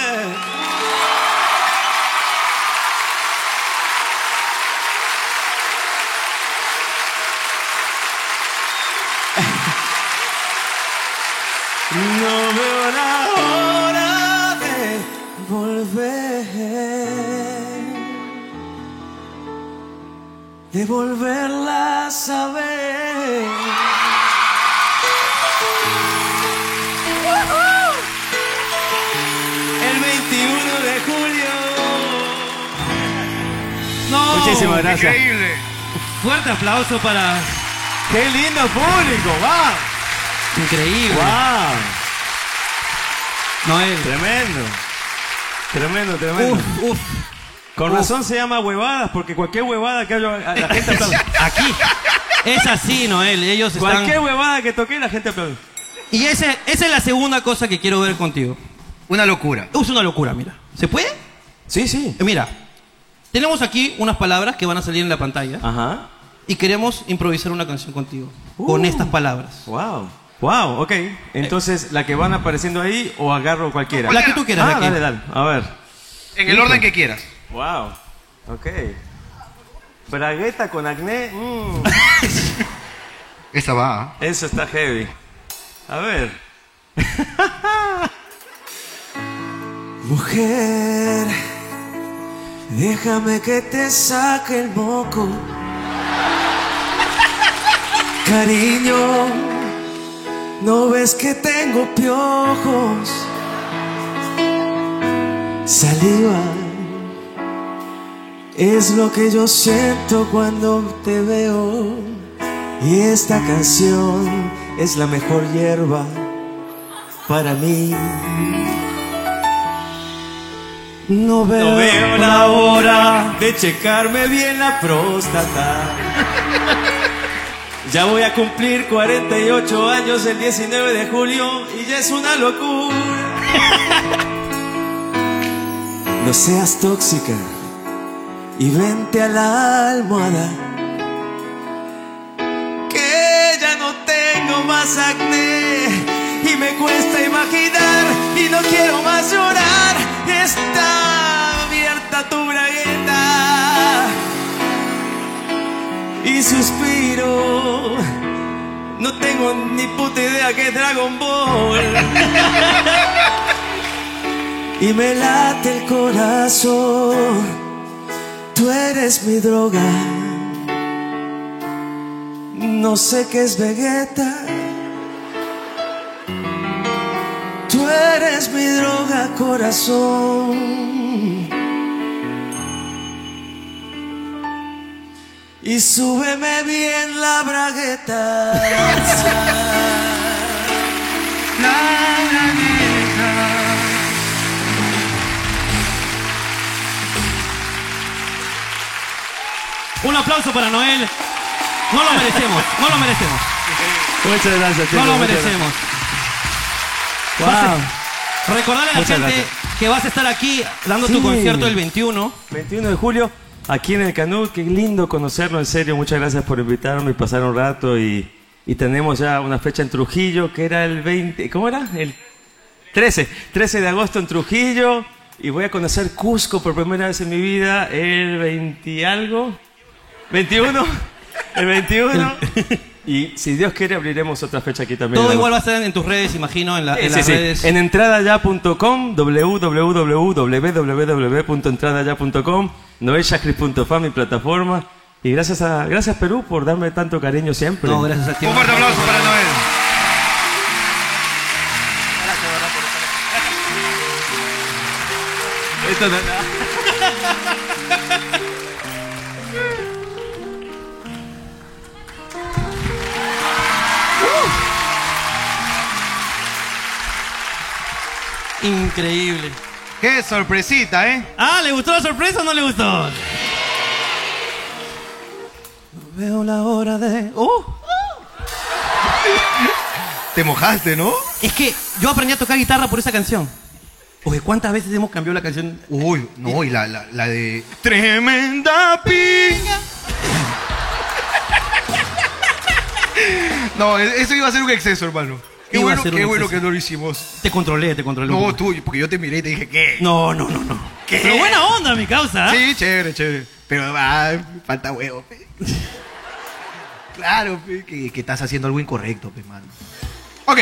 volver. No veo la hora de volver. De volverla a saber.
El 21 de julio. No. Muchísimas
Oh,
gracias.
Increíble.
Fuerte aplauso para...
Qué lindo público. Wow.
Increíble.
Wow.
Noel.
Tremendo. Tremendo, tremendo.
Uf, uf.
Con razón se llama huevadas, porque cualquier huevada que haya, a- la gente aplaude.
Aquí. Es así, Noel. Ellos están.
Cualquier huevada que toque, la gente aplaude.
Y ese- esa es la segunda cosa que quiero ver contigo.
Una locura.
Es una locura, mira. ¿Se puede?
Sí, sí.
Eh, Mira, tenemos aquí unas palabras que van a salir en la pantalla
Ajá.
y queremos improvisar una canción contigo con
Uh.
estas palabras.
Wow. Wow, ok. Entonces, la que van apareciendo ahí o agarro cualquiera.
La que tú quieras,
Ah,
la que-
dale, dale. A ver.
En el orden que quieras.
Wow. Ok. Bragueta con acné. mm,
Esa va.
eso está heavy. A ver.
Mujer, déjame que te saque el moco. Cariño, no ves que tengo piojos. Saliva, es lo que yo siento cuando te veo. Y esta canción es la mejor hierba para mí. No veo,
No veo la hora
de checarme bien la próstata.
Ya voy a cumplir 48 años el 19 de julio y ya es una locura.
No seas tóxica y vente a la almohada.
Que ya no tengo más acné y me cuesta imaginar y no quiero más llorar. Está abierta tu bragueta y suspiro. No tengo ni puta idea que es Dragon Ball.
y me late el corazón. Tú eres mi droga. No sé qué es Vegeta. Tú eres mi droga, corazón. Y súbeme bien la bragueta.
Un aplauso para Noel. No lo merecemos, no lo merecemos,
Muchas gracias,
no lo merecemos. Recordarle a la
Muchas
gente que vas a estar aquí dando tu
Sí.
concierto el 21.
21 de julio, aquí en el Canut. Qué lindo conocerlo, en serio. Muchas gracias por invitarme y pasar un rato. Y, y tenemos ya una fecha en Trujillo, que era el 20... ¿Cómo era? El 13. 13 de agosto en Trujillo. Y voy a conocer Cusco por primera vez en mi vida el 20 y algo. 21. El 21. Y si Dios quiere, abriremos otra fecha aquí también.
Todo
Vamos.
igual va a estar en tus redes, imagino, en, la- Ah, en
Eh, sí,
las
sí.
redes.
En entradaya.com, www.entradaya.com, noelchacris.fam, mi plataforma. Y gracias a gracias Perú por darme tanto cariño siempre.
No, gracias a ti.
Un fuerte aplauso para Noel.
Esto no es nada.
Increíble.
Qué sorpresita, ¿eh?
Ah, ¿le gustó la sorpresa o no le gustó?
Veo la hora de... ¡Oh!
Te mojaste, ¿no?
Es que yo aprendí a tocar guitarra por esa canción. Oye, ¿cuántas veces hemos cambiado la canción?
Uy, no, y la, la, la de.
Tremenda pinga. No, e- eso iba a ser un exceso, hermano. Qué
Iba a
bueno,
ser un
qué bueno que
exceso.
no lo hicimos.
Te controlé, te controlé. un
No,
poco.
tú, porque yo te miré y te dije, ¿qué?
No, no, no, no.
¿Qué?
Pero buena onda, mi causa. ¿ah?
Sí, chévere, chévere. Pero ah, falta huevo. pe. claro, pe, que, que estás haciendo algo incorrecto, pe, mano. Ok.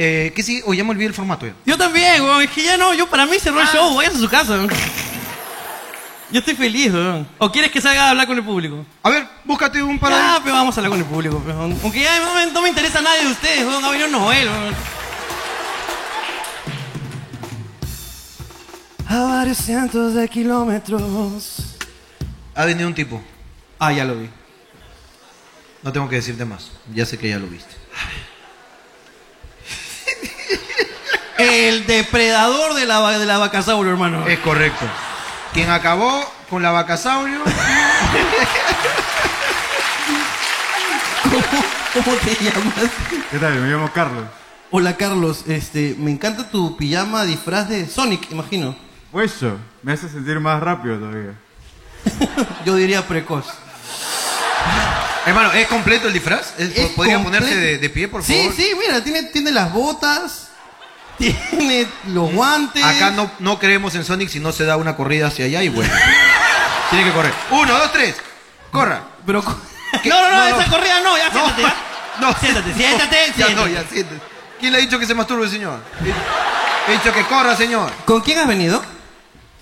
Eh, ¿Qué sí? O ya me olvidé el formato ya.
Yo también, weón. Es que ya no, yo para mí cerró el show. Vayas a su casa. weón. Yo estoy feliz, weón. ¿O quieres que salga a hablar con el público?
A ver, búscate un par de-
Ah, pero vamos a hablar con el público, pues, weón. Aunque ya no me, no me interesa a nadie de ustedes, weón. Ha venido Noel, weón.
A varios cientos de kilómetros.
Ha venido un tipo.
Ah, ya lo vi.
No tengo que decirte más. Ya sé que ya lo viste.
El depredador de la, va- de la vaca hermano. Eh.
Es correcto. Quien acabó con la vacasaurio.
¿Cómo te llamas?
¿Qué tal? Me llamo Carlos.
Hola Carlos, este, me encanta tu pijama disfraz de Sonic, imagino.
Eso, me hace sentir más rápido todavía.
Yo diría precoz.
Hermano, ¿es completo el disfraz? ¿Es-
Es
¿Podría
completo.
ponerse de, de pie, por favor?
Sí, sí, mira, tiene, tiene las botas, tiene los guantes.
Acá no, no creemos en Sonic si no se da una corrida hacia allá y bueno. Tiene que correr. Uno, dos, tres. Corra.
Pero co- no, no, no,
No, no.
esa corrida no, ya siéntate. ya.
No,
Siéntate, siéntate,
Ya, no,
siéntate.
ya, siéntate. ¿Quién le ha dicho que se masturbe, señor? He dicho que corra, señor.
¿Con quién has venido?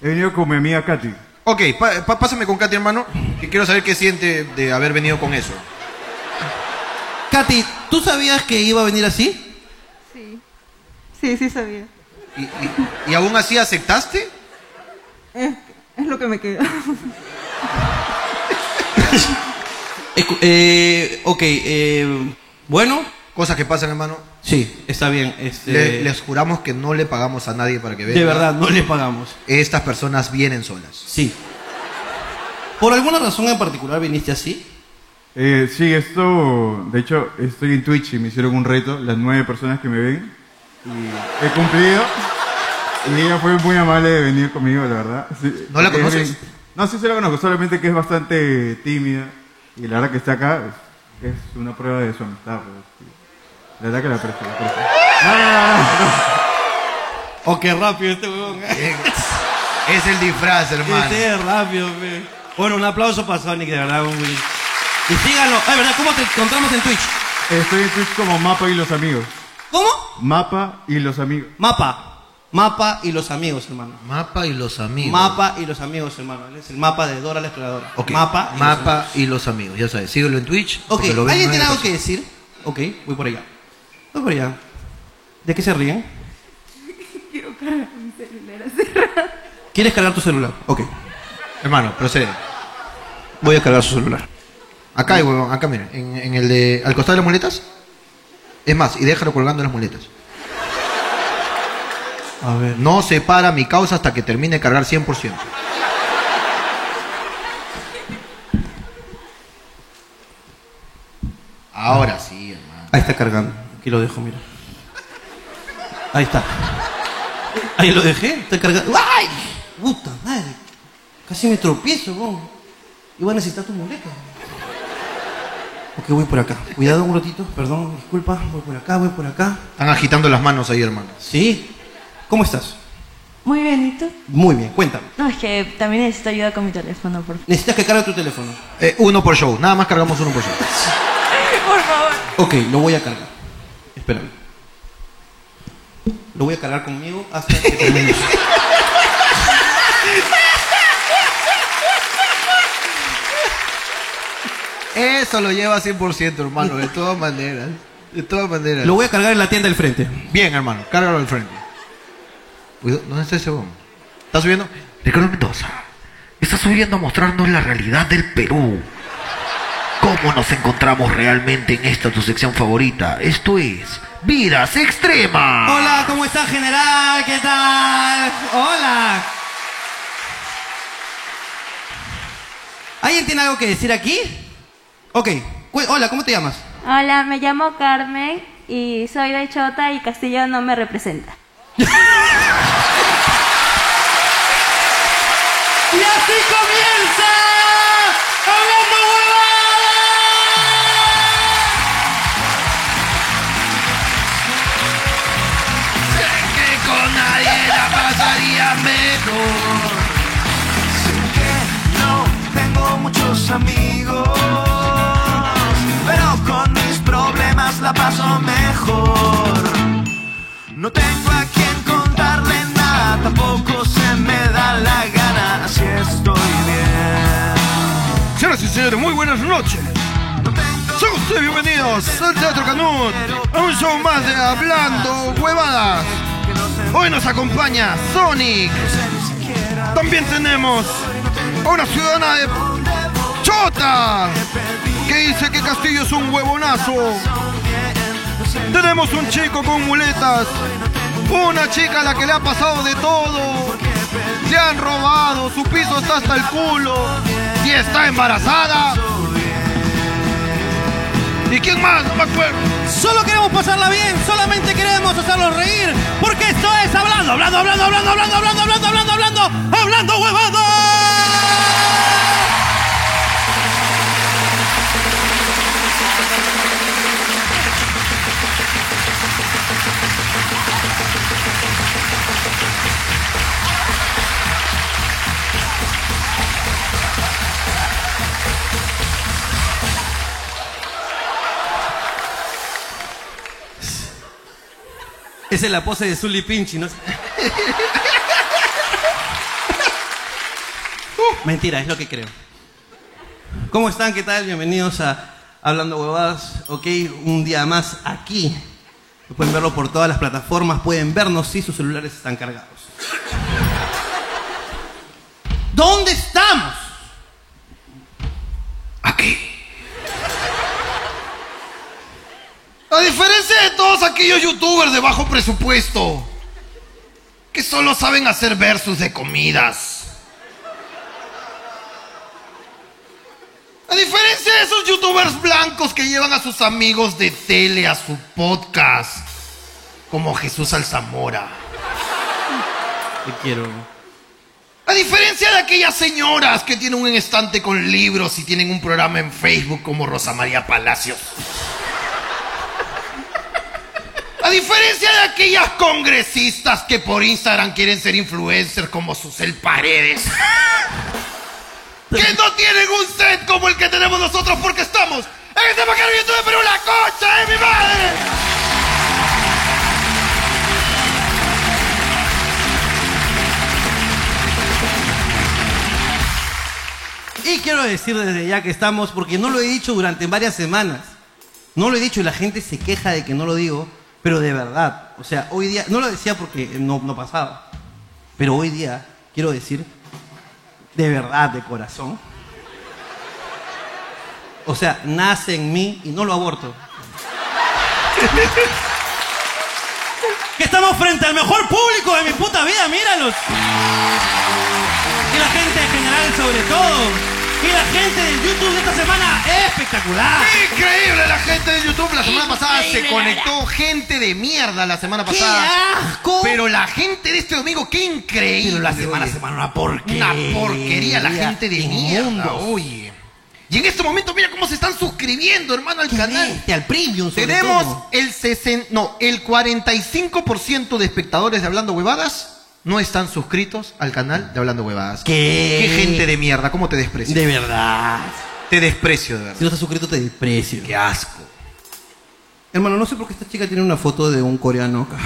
He venido con mi amiga Katy.
Ok, pa- pa- pásame con Katy, hermano, que quiero saber qué siente de haber venido con eso.
Katy, ¿tú sabías que iba a venir así?
Sí. Sí, sí sabía.
¿Y, y- y aún así aceptaste?
Es, es lo que me queda.
Escu- eh, ok, eh, bueno,
Cosas que pasan, hermano.
sí, está bien. Este,
Le- les juramos que no le pagamos a nadie para que venga.
de verdad, no le pagamos.
Estas personas vienen solas.
Sí. ¿Por alguna razón en particular viniste así?
Eh, sí, esto, de hecho, estoy en Twitch y me hicieron un reto, las nueve personas que me ven, y he cumplido. Y ella fue muy amable de venir conmigo, la verdad. Sí,
¿No la
es bien-
conoces?
No, sí se la conozco, solamente que es bastante tímida, y la verdad que está acá es, es una prueba de su amistad. pues, sí. La verdad que la aprecio, la aprecio.
Oh, qué rápido este huevón.
Es el disfraz, hermano.
Qué rápido, fe. Bueno, un aplauso para Sonic, de verdad, un Will. Y síganlo. Ah, ¿verdad? ¿Cómo te encontramos en Twitch?
Estoy en Twitch como Mapa y los amigos.
¿Cómo?
Mapa y los amigos.
Mapa. Mapa y los amigos, hermano.
Mapa y los amigos.
Mapa y los amigos, hermano. Él Es el mapa de Dora la exploradora.
Ok,
Mapa. y los amigos.
Mapa y los amigos. Ya sabes, síguelo en Twitch.
Ok,
porque lo ven
¿alguien tiene
nueve
algo que decir? Ok, voy por allá. Voy por allá. ¿De qué se ríen?
Quiero cargar mi celular
¿Quieres cargar tu celular? Ok.
personas. Hermano, procede.
Voy a cargar su celular.
Acá, hay, huevón, acá, mira. En, en el de. Al costado de las muletas. Es más, y déjalo colgando las muletas.
A ver.
No se para mi causa hasta que termine de cargar 100%. Ahora sí, hermano.
Ahí está cargando. Aquí lo dejo, mira. Ahí está. Ahí lo dejé. Está cargando. ¡Ay! Puta madre. Casi me tropiezo, weón. Iba a necesitar tu muleta. Ok, voy por acá. Cuidado un ratito. Perdón, disculpa. Voy por acá, voy por acá.
Están agitando las manos ahí, hermano.
Sí. ¿Cómo estás?
Muy bien, ¿y tú?
Muy bien, cuéntame.
No, es que también necesito ayuda con mi teléfono, por favor.
Necesitas que cargue tu teléfono.
Eh, uno por show, nada más cargamos uno por show.
Por favor.
Ok, lo voy a cargar. Espérame. Lo voy a cargar conmigo hasta que termine.
Eso lo lleva 100%, hermano, de todas maneras. De todas maneras.
lo voy a cargar en la tienda del frente.
Bien, hermano, cárgalo al frente. Cuidado, ¿dónde está ese bombo? ¿Está subiendo?
Ricardo Mendoza, estás subiendo a mostrarnos la realidad del Perú. Cómo nos encontramos realmente en esta tu sección favorita. Esto es Vidas Extremas.
Hola, ¿cómo estás, general? ¿Qué tal? Hola. ¿Alguien tiene algo que decir aquí? Ok. cu- Hola, ¿cómo te llamas?
Hola, me llamo Carmen y soy de Chota y Castillo no me representa.
Y así comienza Hablando Huevadas.
que con nadie la pasaría mejor.
No tengo muchos amigos, pero con mis problemas la paso mejor. No tengo a quien contarle nada, tampoco se me da la gana, así estoy bien.
Señoras y señores, muy buenas noches. Son ustedes bienvenidos al Teatro Canut, a un show más de Hablando Huevadas. Hoy nos acompaña Sonic. También tenemos a una ciudadana de Chota que dice que Castillo es un huevonazo. Tenemos un chico con muletas, una chica a la que le ha pasado de todo. Le han robado, su piso está hasta el culo. Y está embarazada. ¿Y quién más? No me acuerdo.
Solo queremos pasarla bien, solamente queremos hacerlos reír, porque esto es hablando, hablando, hablando, hablando, hablando, hablando, hablando, hablando, hablando, hablando huevada.
Esa es la pose de Zully Pinchi, ¿no? Mentira, es lo que creo. ¿Cómo están? ¿Qué tal? Bienvenidos a Hablando Huevadas. Ok, un día más aquí. Pueden verlo por todas las plataformas, pueden vernos si sus celulares están cargados. ¿Dónde estamos?
A diferencia de todos aquellos youtubers de bajo presupuesto que solo saben hacer versus de comidas. A diferencia de esos youtubers blancos que llevan a sus amigos de tele a su podcast, como Jesús Alzamora.
Te quiero.
A diferencia de aquellas señoras que tienen un estante con libros y tienen un programa en Facebook como Rosa María Palacios. A diferencia de aquellas congresistas que por Instagram quieren ser influencers como Susel Paredes. Que no tienen un set como el que tenemos nosotros porque estamos en este macabro YouTube de Perú, la concha de mi madre.
Y quiero decir desde ya que estamos, porque no lo he dicho durante varias semanas. No lo he dicho y la gente se queja de que no lo digo, pero de verdad. O sea, hoy día, no lo decía porque no, no pasaba, pero hoy día quiero decir de verdad, de corazón. O sea, nace en mí y no lo aborto.
Que estamos frente al mejor público de mi puta vida, míralos. Y la gente en general sobre todo. Y la gente del YouTube de esta semana es espectacular.
Increíble la gente de YouTube. La semana pasada se
Increíble,
conectó gente de mierda la semana
¡Qué
pasada.
asco!
Pero la gente de este domingo, qué increíble.
Pero la semana, semana, una porquería.
Una porquería, la gente de mierda,
Inmundos.
oye. Y en este momento, mira cómo se están suscribiendo, hermano, al canal.
al premium, sobre
Tenemos
todo.
el 60, no, el 45% de espectadores de Hablando Huevadas no están suscritos al canal de Hablando Huevadas.
¿Qué?
Qué gente de mierda, cómo te desprecio.
De verdad.
Te desprecio, de verdad.
Si no estás suscrito, te desprecio.
Qué asco.
Hermano, no sé por qué esta chica tiene una foto de un coreano acá.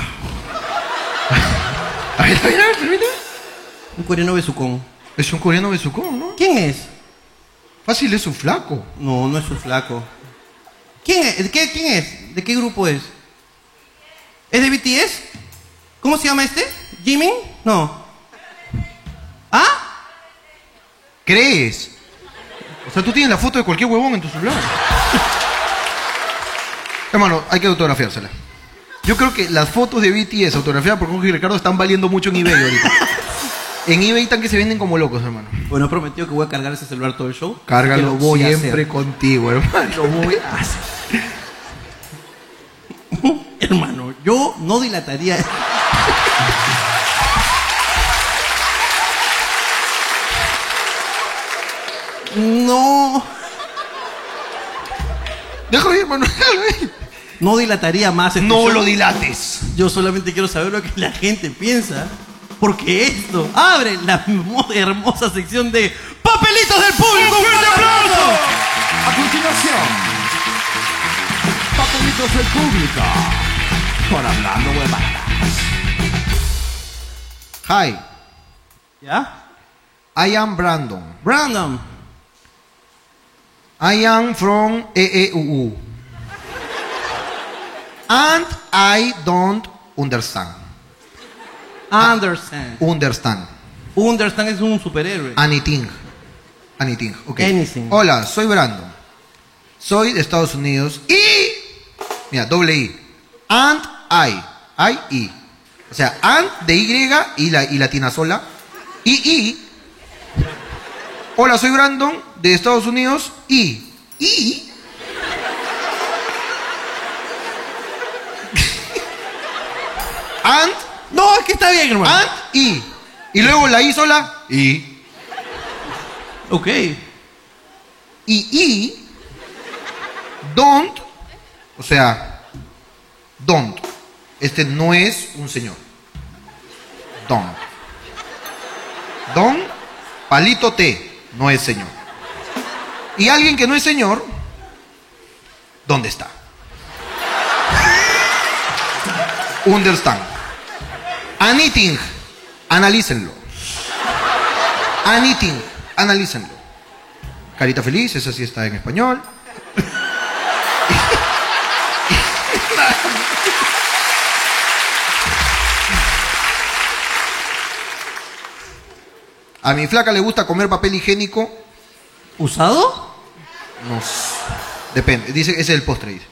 Un coreano besucón.
Es un coreano besucón, ¿no?
¿Quién es?
Fácil, es un flaco.
No, no es un flaco. ¿Quién es? ¿De qué, ¿Quién es? ¿De qué grupo es? ¿Es de BTS? ¿Cómo se llama este? ¿Jimin? No. ¿Ah?
¿Crees? O sea, tú tienes la foto de cualquier huevón en tu celular. Hermano, hay que autografiársela. Yo creo que las fotos de BTS autografiadas por Jorge y Ricardo están valiendo mucho en eBay ahorita. En eBay están que se venden como locos, hermano.
Bueno, he prometido que voy a cargar ese celular todo el show. Que
Cárgalo
lo voy a hacer.
siempre contigo, hermano.
Lo voy a hacer. Hermano, yo no dilataría. No,
Déjalo ahí, hermano. déjalo ahí.
no dilataría más. este
No
show.
lo dilates.
Yo solamente quiero saber lo que la gente piensa. Porque esto abre la mo- hermosa sección de papelitos del público. ¡Un fuerte aplauso!
A continuación, papelitos del público. Por hablando huevadas.
Hi,
¿Ya?
I am Brandon.
Brandon.
I am from E EEUU. And I don't understand.
Understand.
Understand.
Understand es un superhéroe.
Anything. Anything, ok.
Anything.
Hola, soy Brandon. Soy de Estados Unidos y. Mira, doble I. And I. I, I. O sea, and de Y y, la, y latina sola. Y, y. Hola, soy Brandon de Estados Unidos y. Y. And. No, es que está bien, hermano.
Ah,
And y. Y luego la I sola. Y. Ok. Y y. Don't. O sea. Don't. Este no es un señor. Don't. Don, palito T, no es señor. Y alguien que no es señor, ¿dónde está? Understand. Anything, analícenlo. Anything, analícenlo. Carita feliz, esa sí está en español. A mi flaca le gusta comer papel higiénico. ¿Usado? No. s- Depende. Dice, ese es el postre. Dice.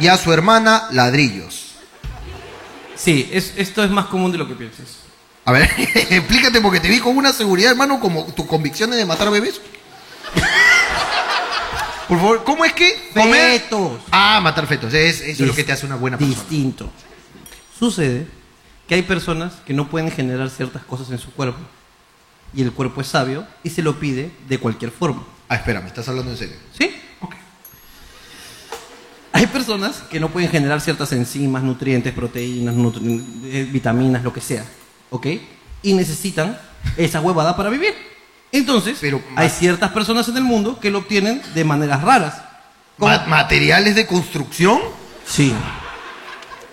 y a su hermana, ladrillos.
Sí, es- esto es más común de lo que piensas.
A ver, explícate porque te vi con una seguridad, hermano, como tus convicciones de matar bebés. Por favor, ¿cómo es que comer? Ah, matar fetos. Es, eso es lo que te hace una buena persona.
Distinto. Sucede que hay personas que no pueden generar ciertas cosas en su cuerpo y el cuerpo es sabio y se lo pide de cualquier forma.
Ah, espera, me estás hablando en serio.
Sí. Hay personas que no pueden generar ciertas enzimas, nutrientes, proteínas, nutri- eh, vitaminas, lo que sea. ¿Ok? Y necesitan esa huevada para vivir. Entonces, hay ciertas personas en el mundo que lo obtienen de maneras raras.
¿Materiales de construcción?
Sí.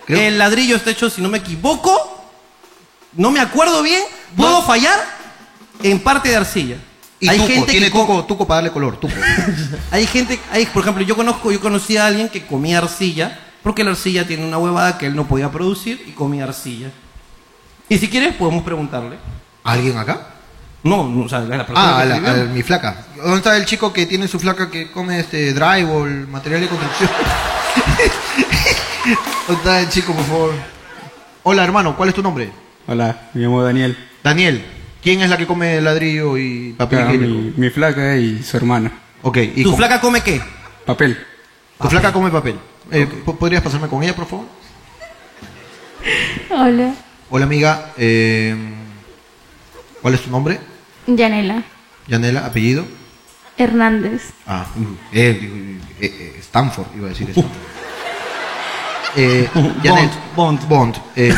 El ladrillo está hecho, si no me equivoco, no me acuerdo bien, puedo fallar en parte de arcilla.
Y tuco, tiene
tuco,
tuco para darle color, tuco.
hay gente, hay, por ejemplo, yo conozco, yo conocí a alguien que comía arcilla, porque la arcilla tiene una huevada que él no podía producir y comía arcilla. Y si quieres podemos preguntarle.
¿Alguien acá?
No, no, o sea, la
Ah,
persona que
a la-
escribió.
a mi flaca. ¿Dónde está el chico que tiene su flaca que come este drywall, material de construcción? ¿Dónde está el chico, por favor? Hola, hermano, ¿cuál es tu nombre?
Hola, me llamo Daniel.
Daniel. ¿Quién es la que come ladrillo y papel
Acá
higiénico?
mi, mi flaca y su hermana.
Ok. ¿y
¿Tu flaca come qué?
Papel.
Tu flaca come papel. Eh, ¿po- ¿Podrías pasarme con ella, por favor?
Hola,
Hola, amiga. eh, ¿Cuál es tu nombre?
Yanela
Yanela, apellido.
Hernández.
Ah, mm, eh, digo, eh, eh, Stanford, iba a decir Stanford. Eh, Yanel- Bond. eh.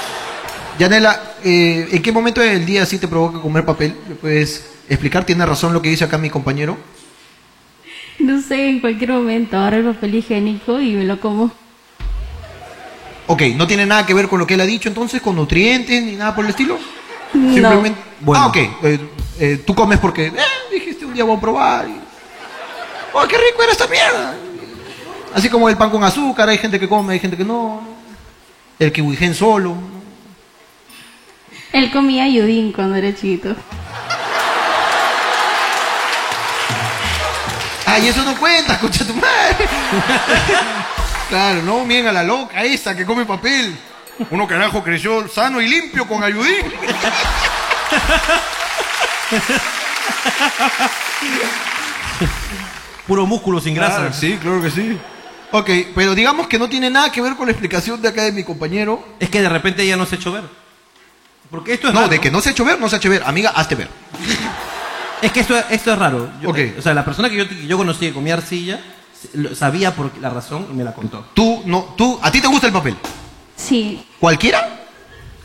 Yanela, eh, ¿en qué momento del día sí te provoca comer papel? ¿Me puedes explicar? Tiene razón lo que dice acá mi compañero.
No sé, en cualquier momento ahora el papel higiénico y me lo como.
Ok, no tiene nada que ver con lo que él ha dicho entonces, con nutrientes ni nada por el estilo.
No.
Simplemente. Ah, ok. eh, eh, tú comes porque. eh, dijiste un día voy a probar. y- ¡Oh, qué rico era esta mierda! Así como el pan con azúcar, hay gente que come, hay gente que no. El kiwigen solo.
Él comía yudín cuando era chiquito.
Ay, eso no cuenta, escucha tu madre. claro, no, miren a la loca esa que come papel. Uno carajo creció sano y limpio con ayudín.
Puro músculo sin grasa.
Ah, sí, claro que sí. Ok, pero digamos que no tiene nada que ver con la explicación de acá de mi compañero.
Es que de repente ella no se echó ver. Porque esto es
No,
raro.
de que no se ha hecho ver, no se ha hecho ver. Amiga, hazte ver.
Es que esto, esto es raro. Yo- O sea, la persona que yo, que yo conocí que comía arcilla se- lo- sabía por la razón y me la contó.
Tú, no, tú, ¿a ti te gusta el papel?
Sí,
¿Cualquiera?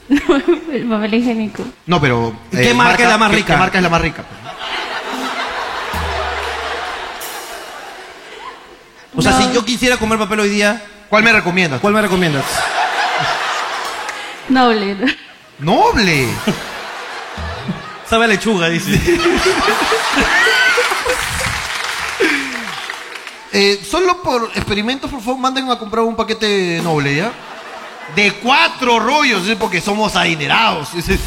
el papel higiénico.
No, pero...
¿Qué marca es la más
¿qué-
rica?
¿Qué marca es la más rica?
O sea,
No.
si yo quisiera comer papel hoy día.
¿Cuál me recomiendas?
¿Cuál me recomiendas?
Noble.
¡Noble!
Sabe a lechuga, dice.
Eh, solo por experimentos, por favor, manden a comprar un paquete noble, ¿ya? De cuatro rollos, ¿sí? porque somos adinerados. ¿sí?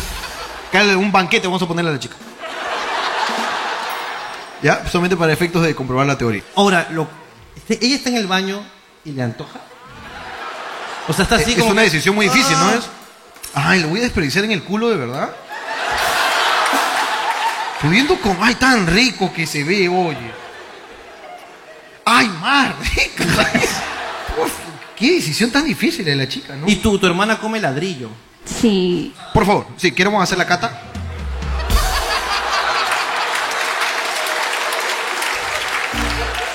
Acá un banquete vamos a ponerle a la chica. ¿Ya? Solamente para efectos de comprobar la teoría.
Ahora, lo, este- ella está en el baño y le antoja. O sea, está así
Eh,
como
Es una
que-
decisión muy difícil, ¿no
Ah.
es? Ay, lo voy a desperdiciar en el culo, de verdad. Pudiendo con. Ay, tan rico que se ve, oye. Ay, más rico. Uf, qué decisión tan difícil de la chica, ¿no?
Y tú, tu hermana come ladrillo.
Sí. Por favor, si queremos hacer la cata.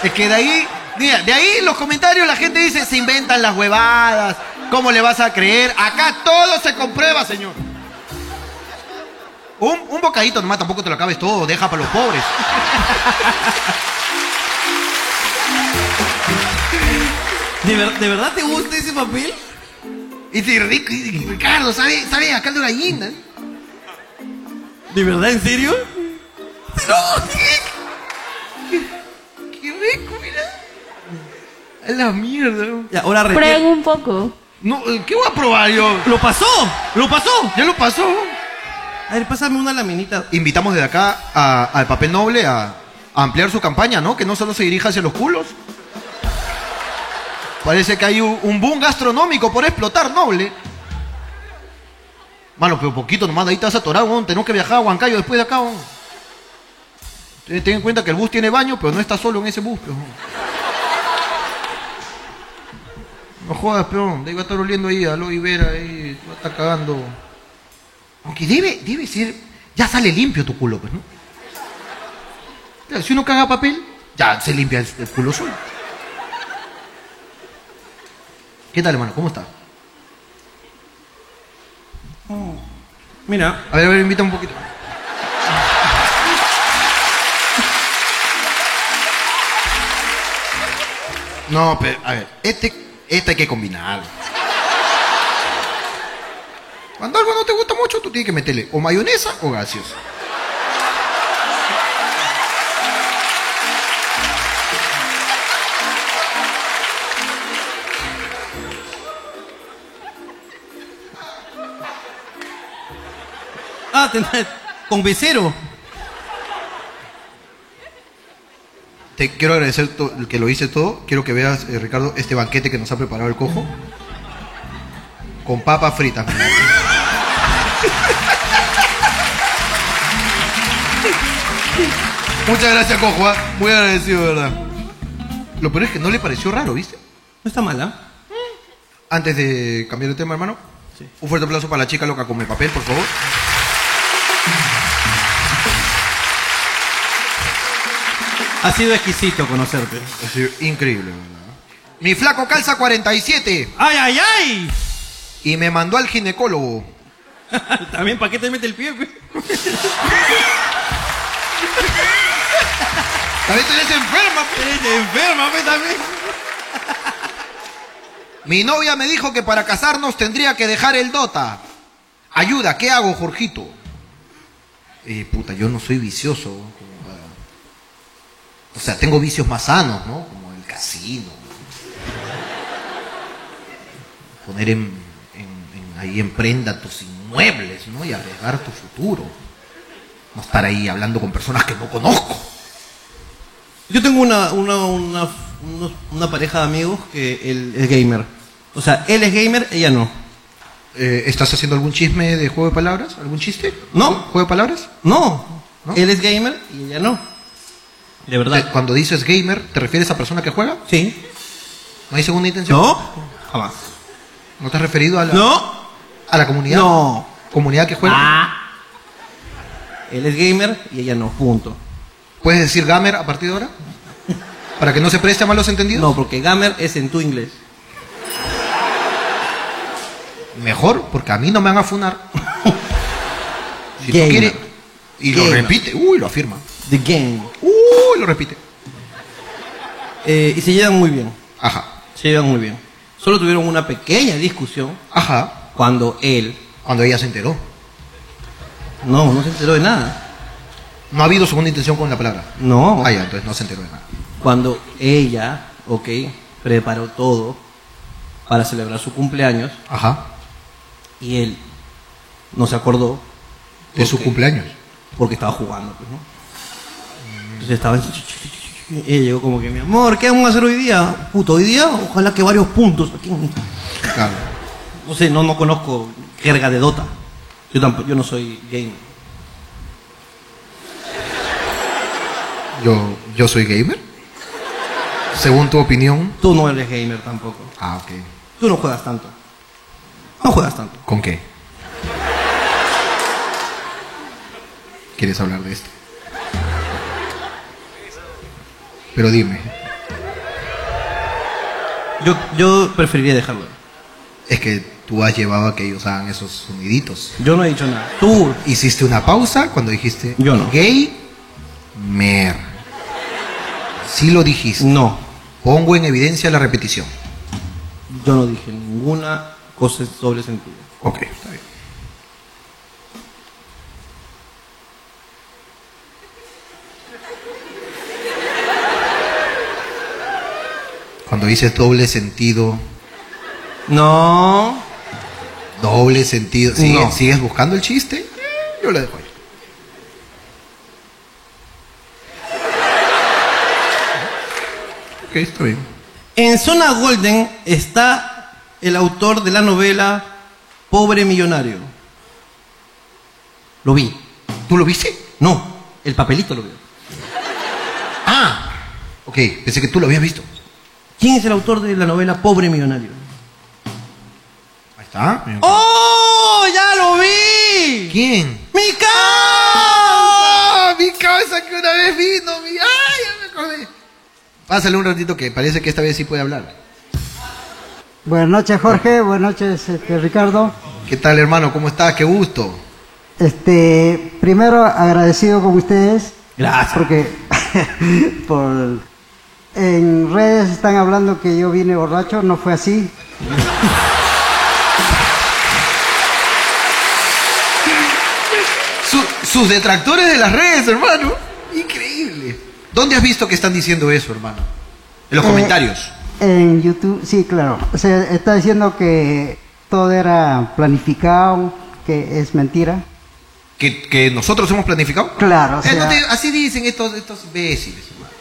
Es que de ahí, mira, de ahí los comentarios la gente dice, se inventan las huevadas, ¿cómo le vas a creer? Acá todo se comprueba, señor. Un, un bocadito nomás, tampoco te lo acabes todo, deja para los pobres.
¿De, ver- de verdad te gusta ese papel?
Y dice, rico, y dice, Ricardo, ¿sabe, sabe acá de gallina?
¿De verdad, en serio?
¡No! ¡Qué rico, mira! A la mierda.
ahora re-
Prueben un poco.
No, eh, ¿qué voy a probar yo?
¡Lo pasó! ¡Lo pasó!
¡Ya lo pasó!
A ver, pásame una laminita.
Invitamos desde acá a- al papel noble a, a ampliar su campaña, ¿no? Que no solo se dirija hacia los culos. Parece que hay un, un boom gastronómico por explotar, noble. Mano, pero poquito nomás, de ahí te vas a atorar, weón. Tenemos que viajar a Huancayo después de acá, weón. Ten, ten en cuenta que el bus tiene baño, pero no está solo en ese bus, weón. No jodas, peón. De ahí va a estar oliendo ahí a lo Ibera, ahí va a estar cagando. Aunque debe, debe ser. Ya sale limpio tu culo, pues, ¿no? Claro, si uno caga papel, ya se limpia el, el culo solo. ¿Qué tal, hermano? ¿Cómo está?
Mira.
A ver, a ver, invita un poquito. No, pero, a ver, este, este hay que combinarlo. Cuando algo no te gusta mucho, tú tienes que meterle o mayonesa o gaseosa.
Ah, ten- con becero.
Te quiero agradecer to- que lo hice todo. Quiero que veas, eh, Ricardo, este banquete que nos ha preparado el cojo. Con papas fritas. mi amor. Muchas gracias, cojo. ¿ah? Muy agradecido, de verdad. Lo peor es que no le pareció raro, ¿viste?
No está ¿ah? mala.
Antes de cambiar de tema, hermano, un fuerte aplauso para la chica loca con el papel, por favor.
Ha sido exquisito conocerte.
Ha sido increíble, ¿verdad? Mi flaco calza 47.
¡Ay, ay, ay!
Y me mandó al ginecólogo.
También, ¿para qué te mete el pie? pe?
También tenés enferma,
enferma, pues, también.
Mi novia me dijo que para casarnos tendría que dejar el Dota. Ayuda, ¿qué hago, Jorgito? Eh, puta, yo no soy vicioso. ¿no? Como para- O sea, tengo vicios más sanos, ¿no? Como el casino. Poner en, en- en- ahí en prenda tus inmuebles, ¿no? Y arriesgar tu futuro. No estar ahí hablando con personas que no conozco.
Yo tengo una, una, una, unos- una pareja de amigos que él es gamer. O sea, él es gamer, ella no.
Eh, ¿Estás haciendo algún chisme de juego de palabras? ¿Algún chiste?
¿No?
¿Juego de palabras?
No. Él es gamer y ella no. De verdad.
cuando dices gamer, ¿te refieres a persona que juega?
Sí.
¿No hay segunda intención?
No, jamás.
¿No te has referido a la,
¿No?
a la comunidad?
No. Ah.
¿Comunidad que juega?
Él es gamer y ella no, punto.
¿Puedes decir gamer a partir de ahora? ¿Para que no se preste a malos entendidos?
No, porque gamer es en tu inglés.
Mejor, porque a mí no me van a funar. si tú
Gamer.
quieres... Y lo
Gamer.
repite. Uy, lo afirma.
The game.
Uy, lo repite.
Eh, y se llevan muy bien.
Ajá.
Se llevan muy bien. Solo tuvieron una pequeña discusión.
Ajá.
Cuando él.
Cuando ella se enteró.
No, no se enteró de nada.
No ha habido segunda intención con la palabra.
No.
Ah, ya, entonces no se enteró de nada.
Cuando ella, ok, preparó todo para celebrar su cumpleaños.
Ajá.
Y él no se acordó.
De su
Ok.
cumpleaños.
Porque estaba jugando, pues, ¿no? Entonces estaba. Y ella llegó como que, mi amor, ¿qué vamos a hacer hoy día? Puto, hoy día, ojalá que varios puntos. Aquí.
Claro.
No sé, no, no conozco jerga de Dota. Yo tampoco, yo no soy gamer.
Yo, yo soy gamer. Según tu opinión.
Tú no eres gamer tampoco.
Ah, ok.
Tú no juegas tanto. No juegas tanto.
¿Con qué? ¿Quieres hablar de esto? Pero dime.
Yo, yo preferiría dejarlo.
Es que tú has llevado a que ellos hagan esos soniditos.
Yo no he dicho nada.
Tú hiciste una pausa cuando dijiste Yo no. gay mer. Sí lo dijiste.
No.
Pongo en evidencia la repetición.
Yo no dije ninguna cosa sobre sentido.
Ok, está bien. Cuando dices doble sentido.
No.
Doble sentido. ¿Sigues,
No.
sigues buscando el chiste? Eh, Yo lo dejo ahí. Ok, está bien.
En Zona Golden está el autor de la novela Pobre Millonario. Lo vi.
¿Tú lo viste?
No, el papelito lo veo.
Ah, ok, pensé que tú lo habías visto.
¿Quién es el autor de la novela Pobre Millonario?
Ahí está. mi-
¡Oh! ¡Ya lo vi!
¿Quién?
¡Mi
¡Ah! Mi cabeza que una vez vino. Mi... ¡Ay, ya me acordé! Pásale un ratito que parece que esta vez sí puede hablar.
Buenas noches, Jorge. Buenas noches, este, Ricardo.
¿Qué tal, hermano? ¿Cómo estás? ¡Qué gusto!
Este, primero agradecido con ustedes.
Gracias.
Porque por en redes están hablando que yo vine borracho, no fue así.
Su- sus detractores de las redes, hermano. Increíble. ¿Dónde has visto que están diciendo eso, hermano? En los
Eh,
comentarios.
En YouTube, sí, claro. Se está diciendo que todo era planificado, que es mentira.
¿Que, que nosotros hemos planificado?
Claro, o
Eh, no
sea,
te- así dicen estos, estos imbéciles. hermano.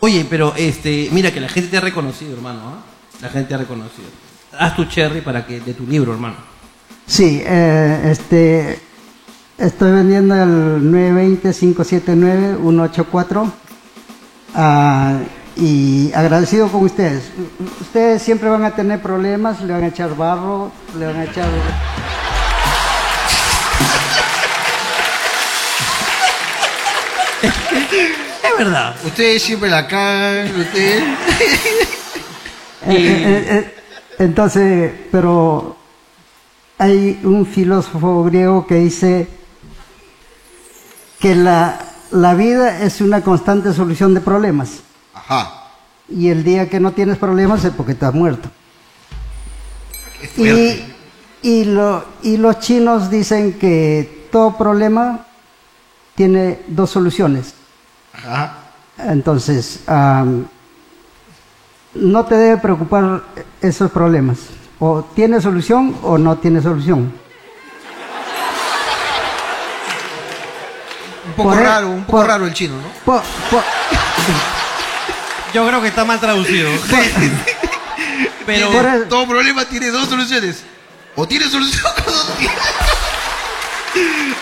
Oye, pero este, mira que la gente te ha reconocido, hermano. ¿ah? La gente te ha reconocido. Haz tu cherry para que de tu libro, hermano.
Sí, eh, este, estoy vendiendo el 920-579-184 ah, y agradecido con ustedes. U- Ustedes siempre van a tener problemas, le van a echar barro, le van a echar...
Es verdad.
Ustedes siempre la cagan, ustedes...
Eh, eh, eh, entonces, pero hay un filósofo griego que dice que la, la vida es una constante solución de problemas.
Ajá.
Y el día que no tienes problemas es porque estás muerto. Y, y, lo- y los chinos dicen que todo problema tiene dos soluciones.
Ajá.
Entonces, am, no te debe preocupar esos problemas. O tiene solución o no tiene solución.
Un poco
Por-
raro, un poco raro el chino, ¿no?
Po- po-
Yo creo que está mal traducido.
Pero todo problema tiene dos soluciones. O tiene solución o no tiene.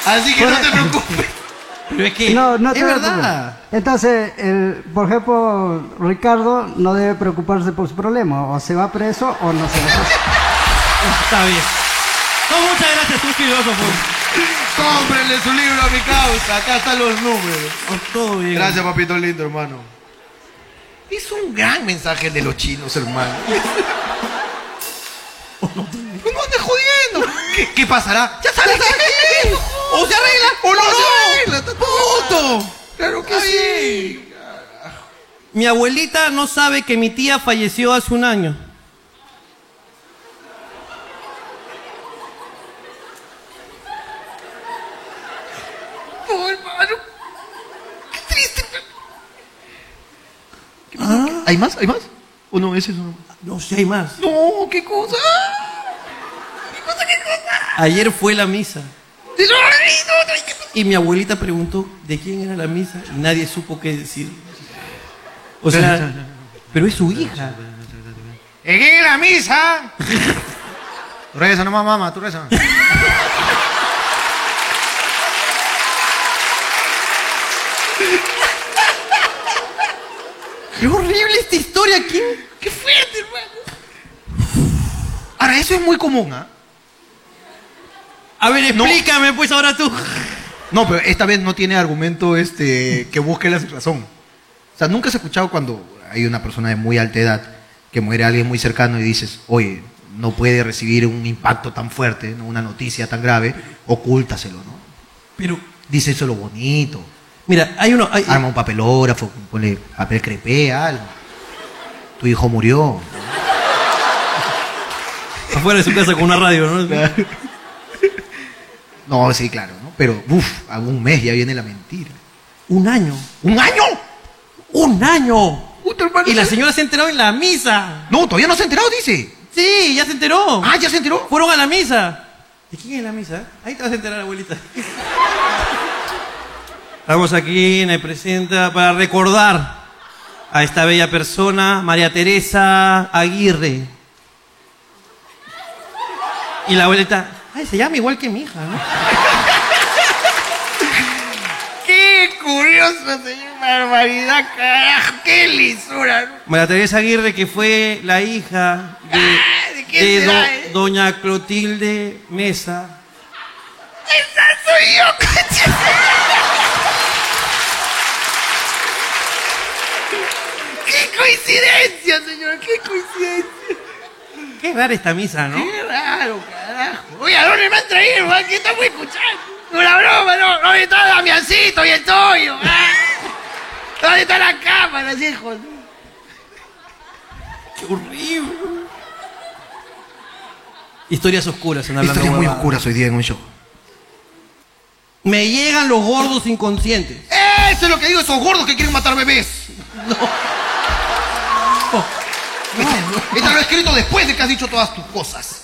Así que no te preocupes.
Pero es que
no, no
es
te debe
verdad.
preocupar. Entonces, el- por ejemplo, Ricardo no debe preocuparse por su problema. O se va preso o no se va preso.
Está bien. No, muchas gracias, tú filósofo.
Cómprenle su libro a mi causa. Acá están los números.
todo bien.
Gracias, papito lindo, hermano. Es un gran mensaje el de los chinos, hermano. No andes jodiendo. ¿Qué, qué pasará? Ya sabes qué es.
O se arregla
o no,
no.
se arregla. ¡Puto! Claro que sí.
Mi abuelita no sabe que mi tía falleció hace un año.
No, hermano. Qué triste. ¿Hay más? ¿Hay más? ¿O Oh, no? Ese es uno.
No sé, hay más.
No, qué cosa. ¿Qué cosa, qué cosa?
Ayer fue la misa
¡Te lo olvido! no, ¿qué cosa?
y mi abuelita preguntó de quién era la misa y nadie supo qué decir. O sea, pero es su hija.
Llegué a la misa. tú reza nomás, mamá, tú reza.
¡Qué horrible esta historia! ¿Quién? ¡Qué fuerte, hermano! Ahora, eso es muy común, ¿ah?
A ver, explícame, pues ahora tú. No, pero esta vez no tiene argumento este, que busque la razón. O sea, nunca se ha escuchado cuando hay una persona de muy alta edad que muere alguien muy cercano y dices, oye, no puede recibir un impacto tan fuerte, ¿no? una noticia tan grave, ocúltaselo, ¿no?
Pero
Dice eso lo bonito.
Mira, hay uno.
Arma un papelógrafo, ponle papel crepé, algo. Tu hijo murió.
afuera de su casa con una radio, ¿no?
No, sí, claro, ¿no? Pero, uff, a un mes ya viene la mentira.
Un año.
¡Un año!
¡Un año!
Y
la señora se ha enterado en la misa.
No, todavía no se ha enterado, dice.
Sí, ya se enteró.
Ah, ya se enteró.
Fueron a la misa. ¿De quién es la misa? Ahí te vas a enterar, abuelita. Estamos aquí, me presenta para recordar a esta bella persona, María Teresa Aguirre. Y la abuelita, ay, se llama igual que mi hija, ¿no?
¡Qué curioso, señor! ¡Barbaridad, carajo! ¡Qué lisura! ¿no?
María Teresa Aguirre, que fue la hija de,
quién
de
será,
do-
eh?
doña Clotilde Mesa.
¡Esa soy yo, coche! ¡Qué coincidencia, señor! ¡Qué coincidencia!
Qué rara esta misa, ¿no?
¡Qué raro, carajo! Oye, ¿a dónde me han traído? Aquí estamos escuchando. Una broma, ¿no? ¿Dónde está Damiancito y el Toyo? Ah? ¿Dónde están las cámaras, hijos?
¡Qué horrible! Historias oscuras, en hablando
Historias muy
huevadas.
oscuras hoy día en un show.
Me llegan los gordos inconscientes.
Eso es lo que digo, esos gordos que quieren matar bebés. Oh, No. Está lo escrito después de que has dicho todas tus cosas.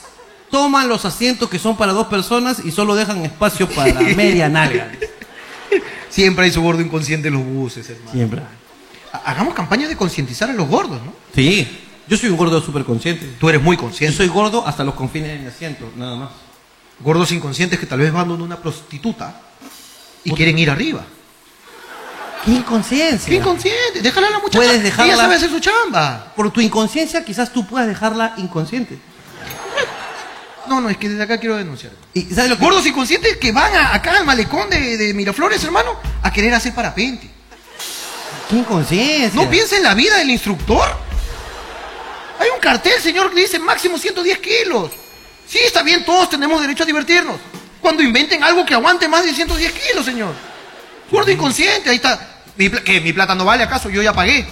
Toman los asientos que son para dos personas y solo dejan espacio para media nalga.
Siempre hay su gordo inconsciente en los buses, hermano.
Siempre.
Ha- Hagamos campañas de concientizar a los gordos, ¿no?
Sí, yo soy un gordo súper consciente.
Tú eres muy consciente.
Yo soy gordo hasta los confines de mi asiento, nada más.
Gordos inconscientes que tal vez van donde una prostituta y quieren ir arriba.
¡Qué inconsciencia!
¡Qué inconsciente! Déjala a la muchacha.
Puedes dejarla-
Ella sabe hacer su chamba.
Por tu inconsciencia quizás tú puedas dejarla inconsciente.
No, no, es que desde acá quiero denunciar.
¿Y sabes lo que-
Gordos inconscientes que van a- acá al malecón de, de Miraflores, hermano, a querer hacer parapente.
¡Qué inconsciencia!
¿No piensa en la vida del instructor? Hay un cartel, señor, que dice máximo 110 kilos. Sí, está bien, todos tenemos derecho a divertirnos. Cuando inventen algo que aguante más de 110 kilos, señor. Gordo inconsciente, ahí está. Mi pla- ¿Qué? ¿Mi plata no vale acaso? Yo ya pagué.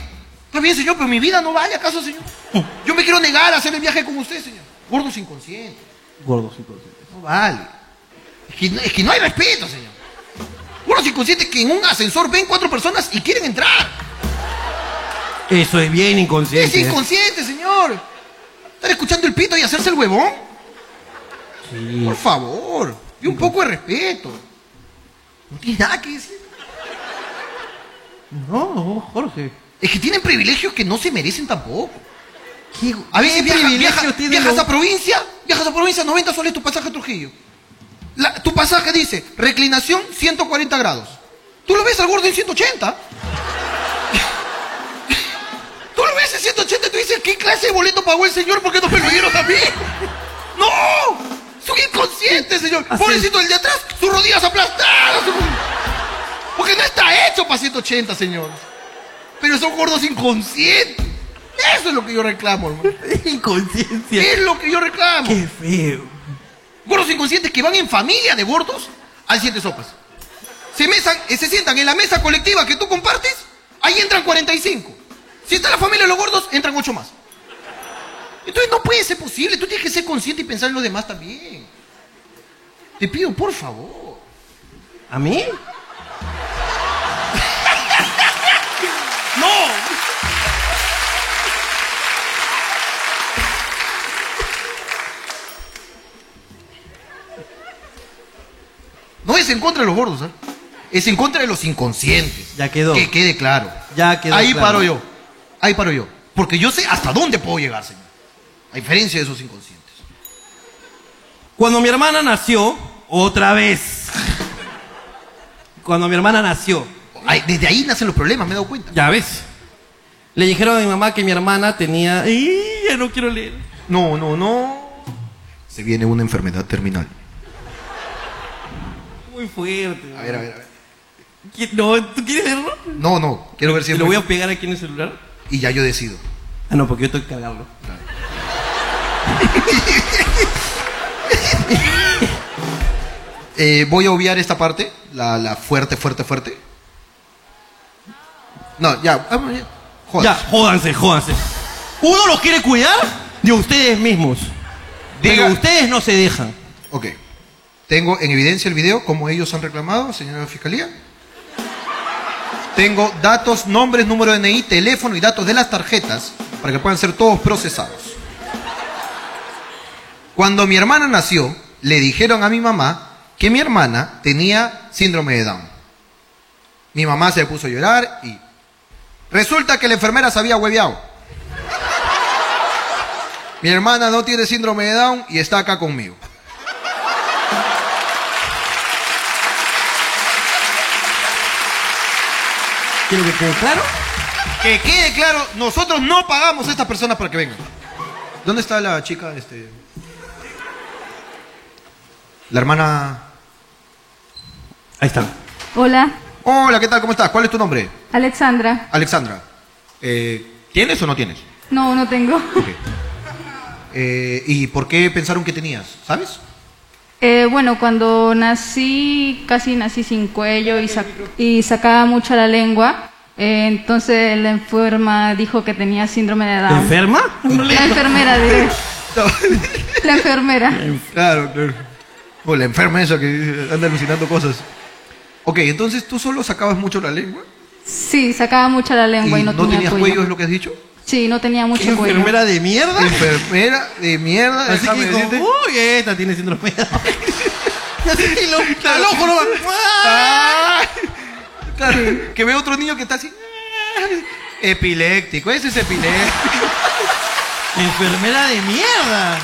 Está bien, señor, pero mi vida no vale acaso, señor. Yo me quiero negar a hacer el viaje con usted, señor. Gordos inconscientes.
Gordos inconscientes.
No vale. Es que, no- es que no hay respeto, señor. Unos inconscientes que en un ascensor ven cuatro personas y quieren entrar.
Eso es bien
Es
inconsciente. ¿eh?
inconsciente, señor. Estar escuchando el pito y hacerse el huevón.
Sí.
Por favor. Y un poco de respeto. No tiene nada que decir.
No, Jorge.
Es que tienen privilegios que no se merecen tampoco.
¿Qué,
A veces viaja- viaja-
tiene
viajas
lo-
a provincia, viajas a provincia, 90 soles tu pasaje a Trujillo. La- tu pasaje dice, reclinación 140 grados. Tú lo ves al gordo en 180. Tú lo ves en 180 y tú dices, ¿qué clase de boleto pagó el señor? ¿Por qué no me lo dieron a mí? ¡No! Soy inconsciente, señor. Pobrecito el de atrás, sus rodillas aplastadas. Porque no está hecho para 180, señor. Pero son gordos inconscientes. Eso es lo que yo reclamo, hermano.
Inconsciencia.
Es lo que yo reclamo.
Qué feo.
Gordos inconscientes que van en familia de gordos al siete sopas. Se, mesan, eh, se sientan en la mesa colectiva que tú compartes, ahí entran 45. Si está la familia de los gordos, entran 8 más. Entonces no puede ser posible, tú tienes que ser consciente y pensar en los demás también. Te pido, por favor.
¿A mí?
¡No! No es en contra de los gordos, ¿ah? es en contra de los inconscientes.
Ya quedó.
Que quede claro.
Ya quedó.
Ahí
claro.
paro yo. Ahí paro yo. Porque yo sé hasta dónde puedo llegar, señor. A diferencia de esos inconscientes.
Cuando mi hermana nació, otra vez. Cuando mi hermana nació,
Ay, desde ahí nacen los problemas, me he dado cuenta.
ya ves. Le dijeron a mi mamá que mi hermana tenía... ¡Ih! Ya no quiero leer. No, no, no.
Se viene una enfermedad terminal.
Muy fuerte.
A ver, a ver, a ver.
No, ¿tú quieres verlo?
No, no, quiero ver si es
Lo voy
bueno.
a pegar aquí en el celular.
Y ya yo decido.
Ah, no, porque yo tengo que cargarlo.
Eh, voy a obviar esta parte, la, la fuerte, fuerte, fuerte. No, ya, ah, ya.
Ya, jódanse, jódanse. Uno los quiere cuidar de ustedes mismos. Pero ustedes no se dejan.
Ok. Tengo en evidencia el video, como ellos han reclamado, señora Fiscalía. Tengo datos, nombres, número de DNI, teléfono y datos de las tarjetas para que puedan ser todos procesados. Cuando mi hermana nació, le dijeron a mi mamá que mi hermana tenía síndrome de Down. Mi mamá se puso a llorar y resulta que la enfermera se había hueveado. Mi hermana no tiene síndrome de Down y está acá conmigo.
¿Quiero que quede claro?
Que quede claro, nosotros no pagamos a estas personas para que vengan. ¿Dónde está la chica? Este? La hermana.
Ahí está.
Hola,
Hola, ¿qué tal? ¿Cómo estás? ¿Cuál es tu nombre?
Alexandra.
Alexandra. Eh, ¿Tienes o no tienes?
No, no tengo.
Eh, ¿Y por qué pensaron que tenías? ¿Sabes?
Eh, bueno, cuando nací, casi nací sin cuello y, sac- y sacaba mucho la lengua. Eh, entonces la enferma dijo que tenía síndrome de Down.
¿Enferma?
La enfermera, diré. La enfermera.
Claro, claro. O la enferma esa que anda alucinando cosas. Ok, entonces tú solo sacabas mucho la lengua
Sí, sacaba mucho la
y
lengua y,
no,
tenía
tenías cuello, es lo que has dicho.
Sí, no tenía mucho cuello.
¿Enfermera de mierda?
Enfermera de mierda.
Así
déjame
que dijo,
decirte.
uy, esta tiene síndrome de Down. Y así que lo- Ah, al ojo no
Claro, que veo otro niño que está así. Epiléptico, ese es epiléptico.
Enfermera de mierda.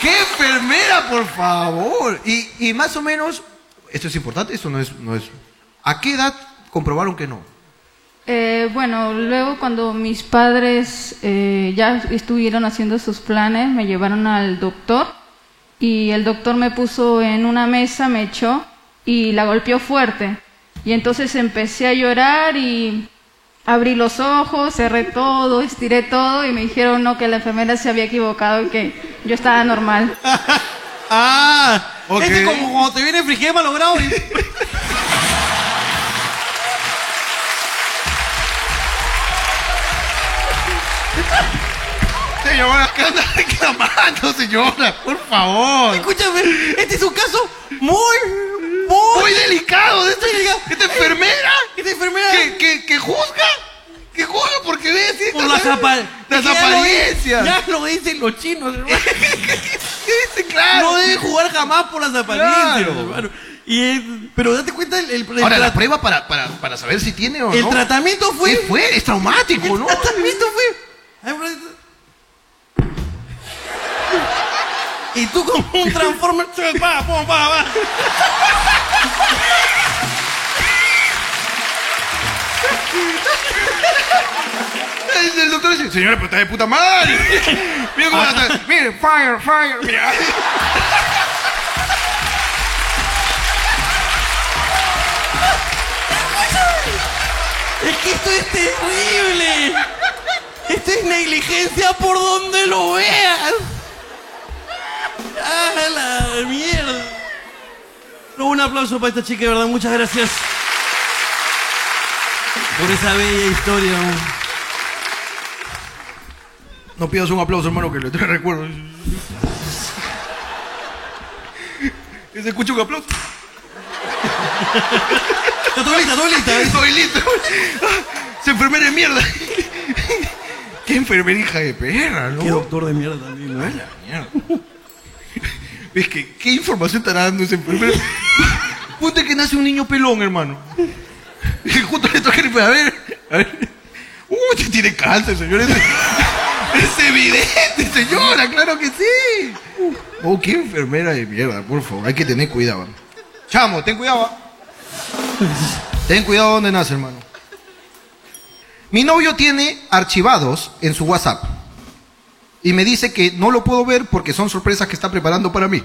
¡Qué enfermera, por favor! Y, y más o menos, esto es importante, esto no es, no es. ¿A qué edad comprobaron que no?
Eh, bueno, luego cuando mis padres eh, ya estuvieron haciendo sus planes, me llevaron al doctor y el doctor me puso en una mesa, me echó y la golpeó fuerte. Y entonces empecé a llorar y abrí los ojos, cerré todo, estiré todo y me dijeron no, que la enfermera se había equivocado y que yo estaba normal.
Ah, este es como cuando te viene frigé malogrado y...
Señora, ¿qué anda reclamando, señora? Por favor.
Escúchame, este es un caso muy, muy,
Muy delicado de esta,
delicado.
esta enfermera.
Esta enfermera
Que, que, que juzga. Que juzga porque ve así
por
estas-
las, apa-
las
ya lo di-
apariencias.
Ya lo dicen los chinos, hermano.
Sí, claro.
No debe jugar jamás por las apariencias,
Claro.
hermano. Y es- pero date cuenta, el, el- el
Ahora, la
tra-
prueba para, para, para saber si tiene o
el
no.
tratamiento fue...
¿Qué fue? Es traumático, ¿no?
El tratamiento fue... Ay, bro, Y tú como un transformer... pa, pum, pa, pa.
El doctor dice, señora, pero está de puta madre. Mira cómo está. Mire, fire, fire. Mira.
Es que esto es terrible. Esto es negligencia por donde lo veas. ¡Ah, la mierda! No, un aplauso para esta chica, de verdad. Muchas gracias. Por esa bella historia.
No pidas un aplauso, hermano, que le trae recuerdos. ¿Se escucha un aplauso?
Está todo lista, todo lista.
Estoy listo. Ah, Se enfermera de mierda. Qué enfermera hija de perra,
Qué
¿no?
doctor de mierda también, ¿no?
Mierda. Es que, ¿qué información estará dando ese enfermero? Ponte que nace un niño pelón, hermano. Y justo le toca el- a ver, a ver. Uy, que tiene cáncer, señor. Es, es evidente, señora, claro que sí. Oh, qué enfermera de mierda, por favor. Hay que tener cuidado. Chamo, ten cuidado. ah. Ten cuidado donde nace, hermano. Mi novio tiene archivados en su WhatsApp y me dice que no lo puedo ver porque son sorpresas que está preparando para mí.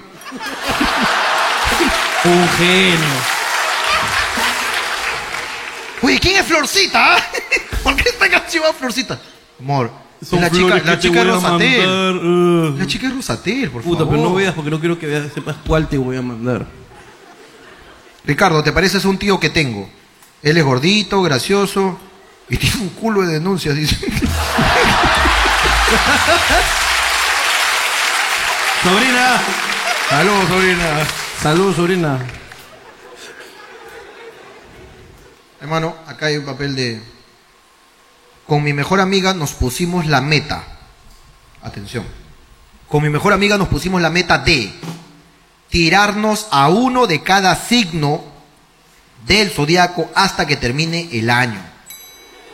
Un genio.
Oye, ¿quién es Florcita? ah? ¿Por qué está archivada Florcita? Amor,
Son
la chica,
flores
la
que te
chica es
voy a
Rosatel.
mandar, eh.
La chica es Rosatel, por
Puta,
favor.
pero no veas porque no quiero que veas, sepas cuál te voy a mandar.
Ricardo, te pareces a un tío que tengo. Él es gordito, gracioso y tiene un culo de denuncias, dice.
Sobrina.
Saludos, sobrina.
Saludos, sobrina.
Hermano, acá hay un papel de... Con mi mejor amiga nos pusimos la meta. Atención. Con mi mejor amiga nos pusimos la meta de tirarnos a uno de cada signo del zodiaco hasta que termine el año.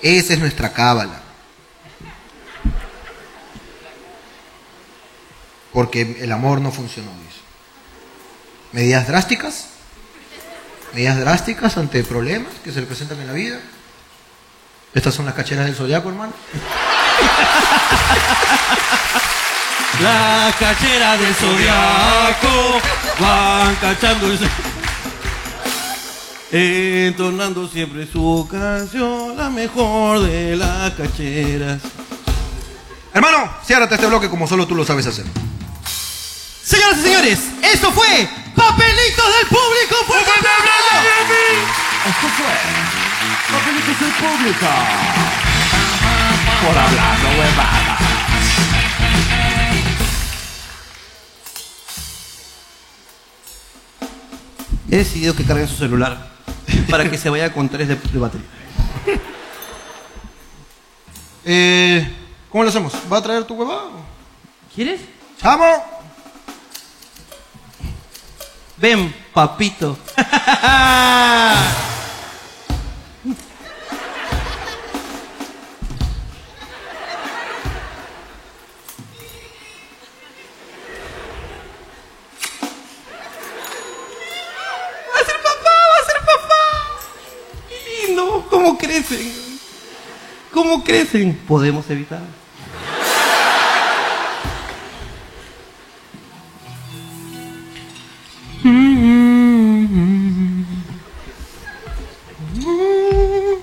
Esa es nuestra cábala. Porque el amor no funcionó. dice. Medidas drásticas. Medidas drásticas ante problemas que se le presentan en la vida. Estas son las cacheras del zodiaco, hermano.
Las cacheras del zodiaco van cachando el... Entonando siempre su canción, la mejor de las cacheras.
Hermano, ciérrate este bloque como solo tú lo sabes hacer.
Señoras y señores, esto fue Papelitos del Público. ¡Fuerte el
Esto fue Papelitos del Público. Por hablando huevadas.
He decidido que cargue su celular para que se vaya con 3 de, de batería.
Eh, ¿Cómo lo hacemos? ¿Va a traer tu huevada?
¿Quieres?
¡Chamo!
Ven, papito.
¡Va a ser papá! ¡Va a ser papá!
¡Qué lindo! ¿Cómo crecen? ¿Cómo crecen? Podemos evitar.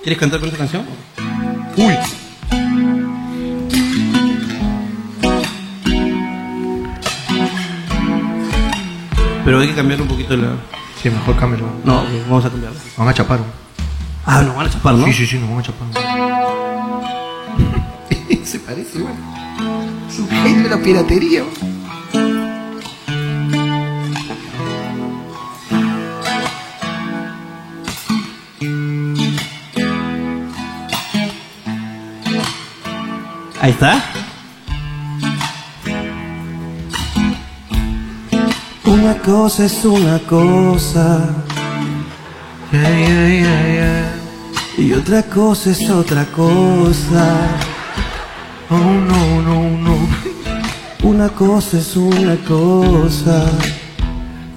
¿Quieres cantar con esta canción? Uy. Pero hay que cambiar un poquito la.
Sí, mejor cámbialo.
No, ok, vamos a cambiarlo.
Van a chapar.
Ah, nos van a chapar, ¿no?
Sí, sí, sí, nos van a chapar.
Se parece, bueno. Es un genio de la piratería.
Ahí está.
Una cosa es una cosa. Y otra cosa es otra cosa. Oh no, no, no. Una cosa es una cosa.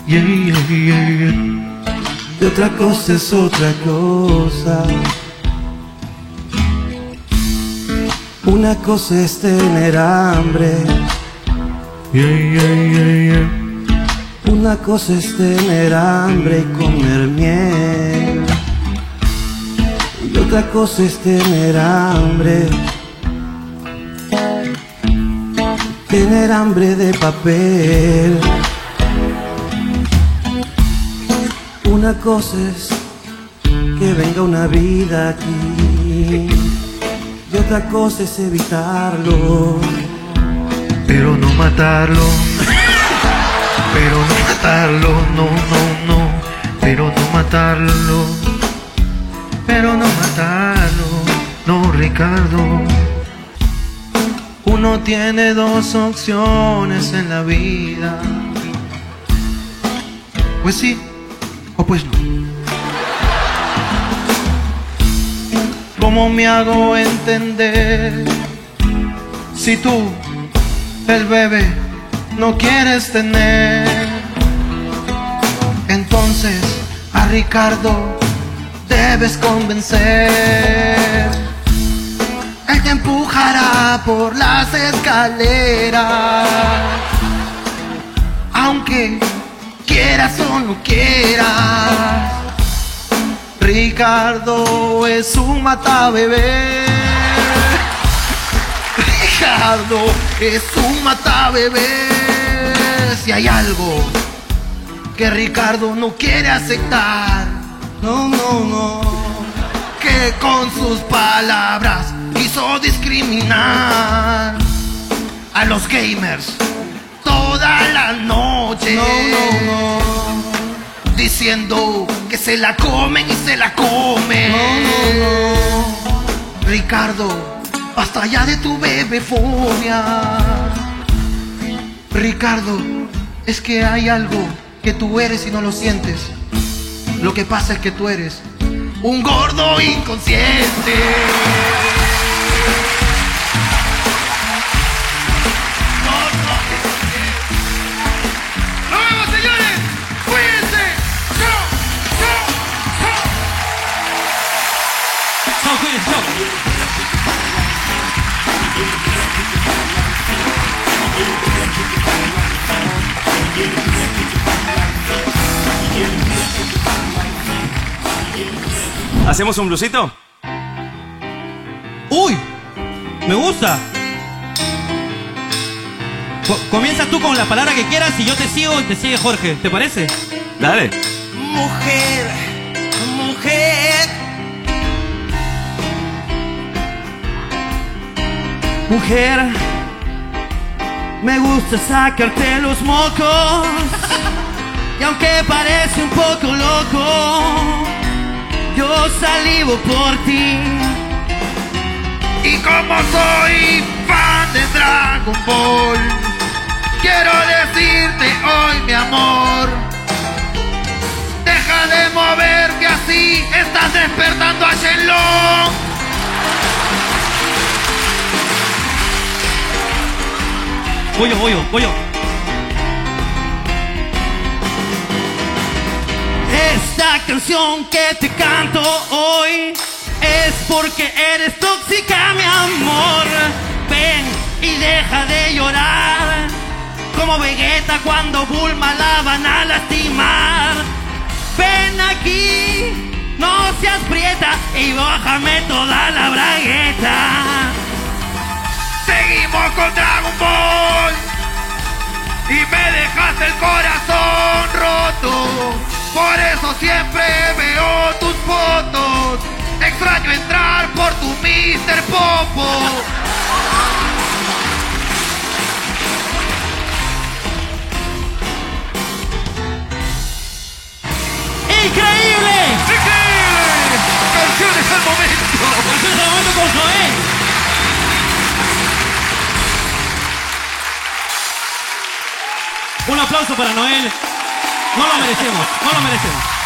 Y otra cosa es otra cosa. Una cosa es tener hambre. Una cosa es tener hambre y comer miel. Y otra cosa es tener hambre. Tener hambre de papel. Una cosa es que venga una vida aquí. Y otra cosa es evitarlo.
Pero no matarlo. Pero no matarlo, no, no, no. Pero no matarlo. Pero no matarlo. No, Ricardo.
Uno tiene dos opciones en la vida.
Pues sí, o pues no.
¿Cómo me hago entender? Si tú, el bebé, no quieres tener. Entonces a Ricardo debes convencer.
Él te empujará por las escaleras. Aunque quieras o no quieras, Ricardo es un matabebé. Ricardo es un matabebé. Si hay algo que Ricardo no quiere aceptar, no, no, no, que con sus palabras hizo discriminar a los gamers toda la noche. Diciendo que se la comen y se la comen. Ricardo, basta ya de tu bebefobia. Ricardo, es que hay algo que tú eres y no lo sientes. Lo que pasa es que tú eres un gordo inconsciente.
¡Nos vemos, señores! ¡Cuídense!
Chao, cuídense, chao.
¿Hacemos un blusito?
¡Uy! Me gusta. Co- comienza tú con la palabra que quieras y yo te sigo y te sigue Jorge. ¿Te parece?
Dale.
Mujer, mujer. Mujer, me gusta sacarte los mocos. Y aunque parece un poco loco, yo salivo por ti.
Y como soy fan de Dragon Ball, quiero decirte hoy, mi amor, deja de mover que así estás despertando a Shenlong.
Voy yo, voy yo, voy yo.
Esta canción que te canto hoy es porque eres tóxica, mi amor. Ven y deja de llorar. Como Vegeta cuando Bulma la van a lastimar. Ven aquí, no seas prieta y bájame toda la bragueta.
Seguimos con Dragon Ball y me dejaste el corazón roto. Por eso siempre veo tus fotos. Extraño entrar por tu Mr. Popo.
¡Increíble!
¡Increíble! ¡Canciones al momento!
¡Canciones al momento con Joel!
Un aplauso para Noel. No lo merecemos, no lo merecemos.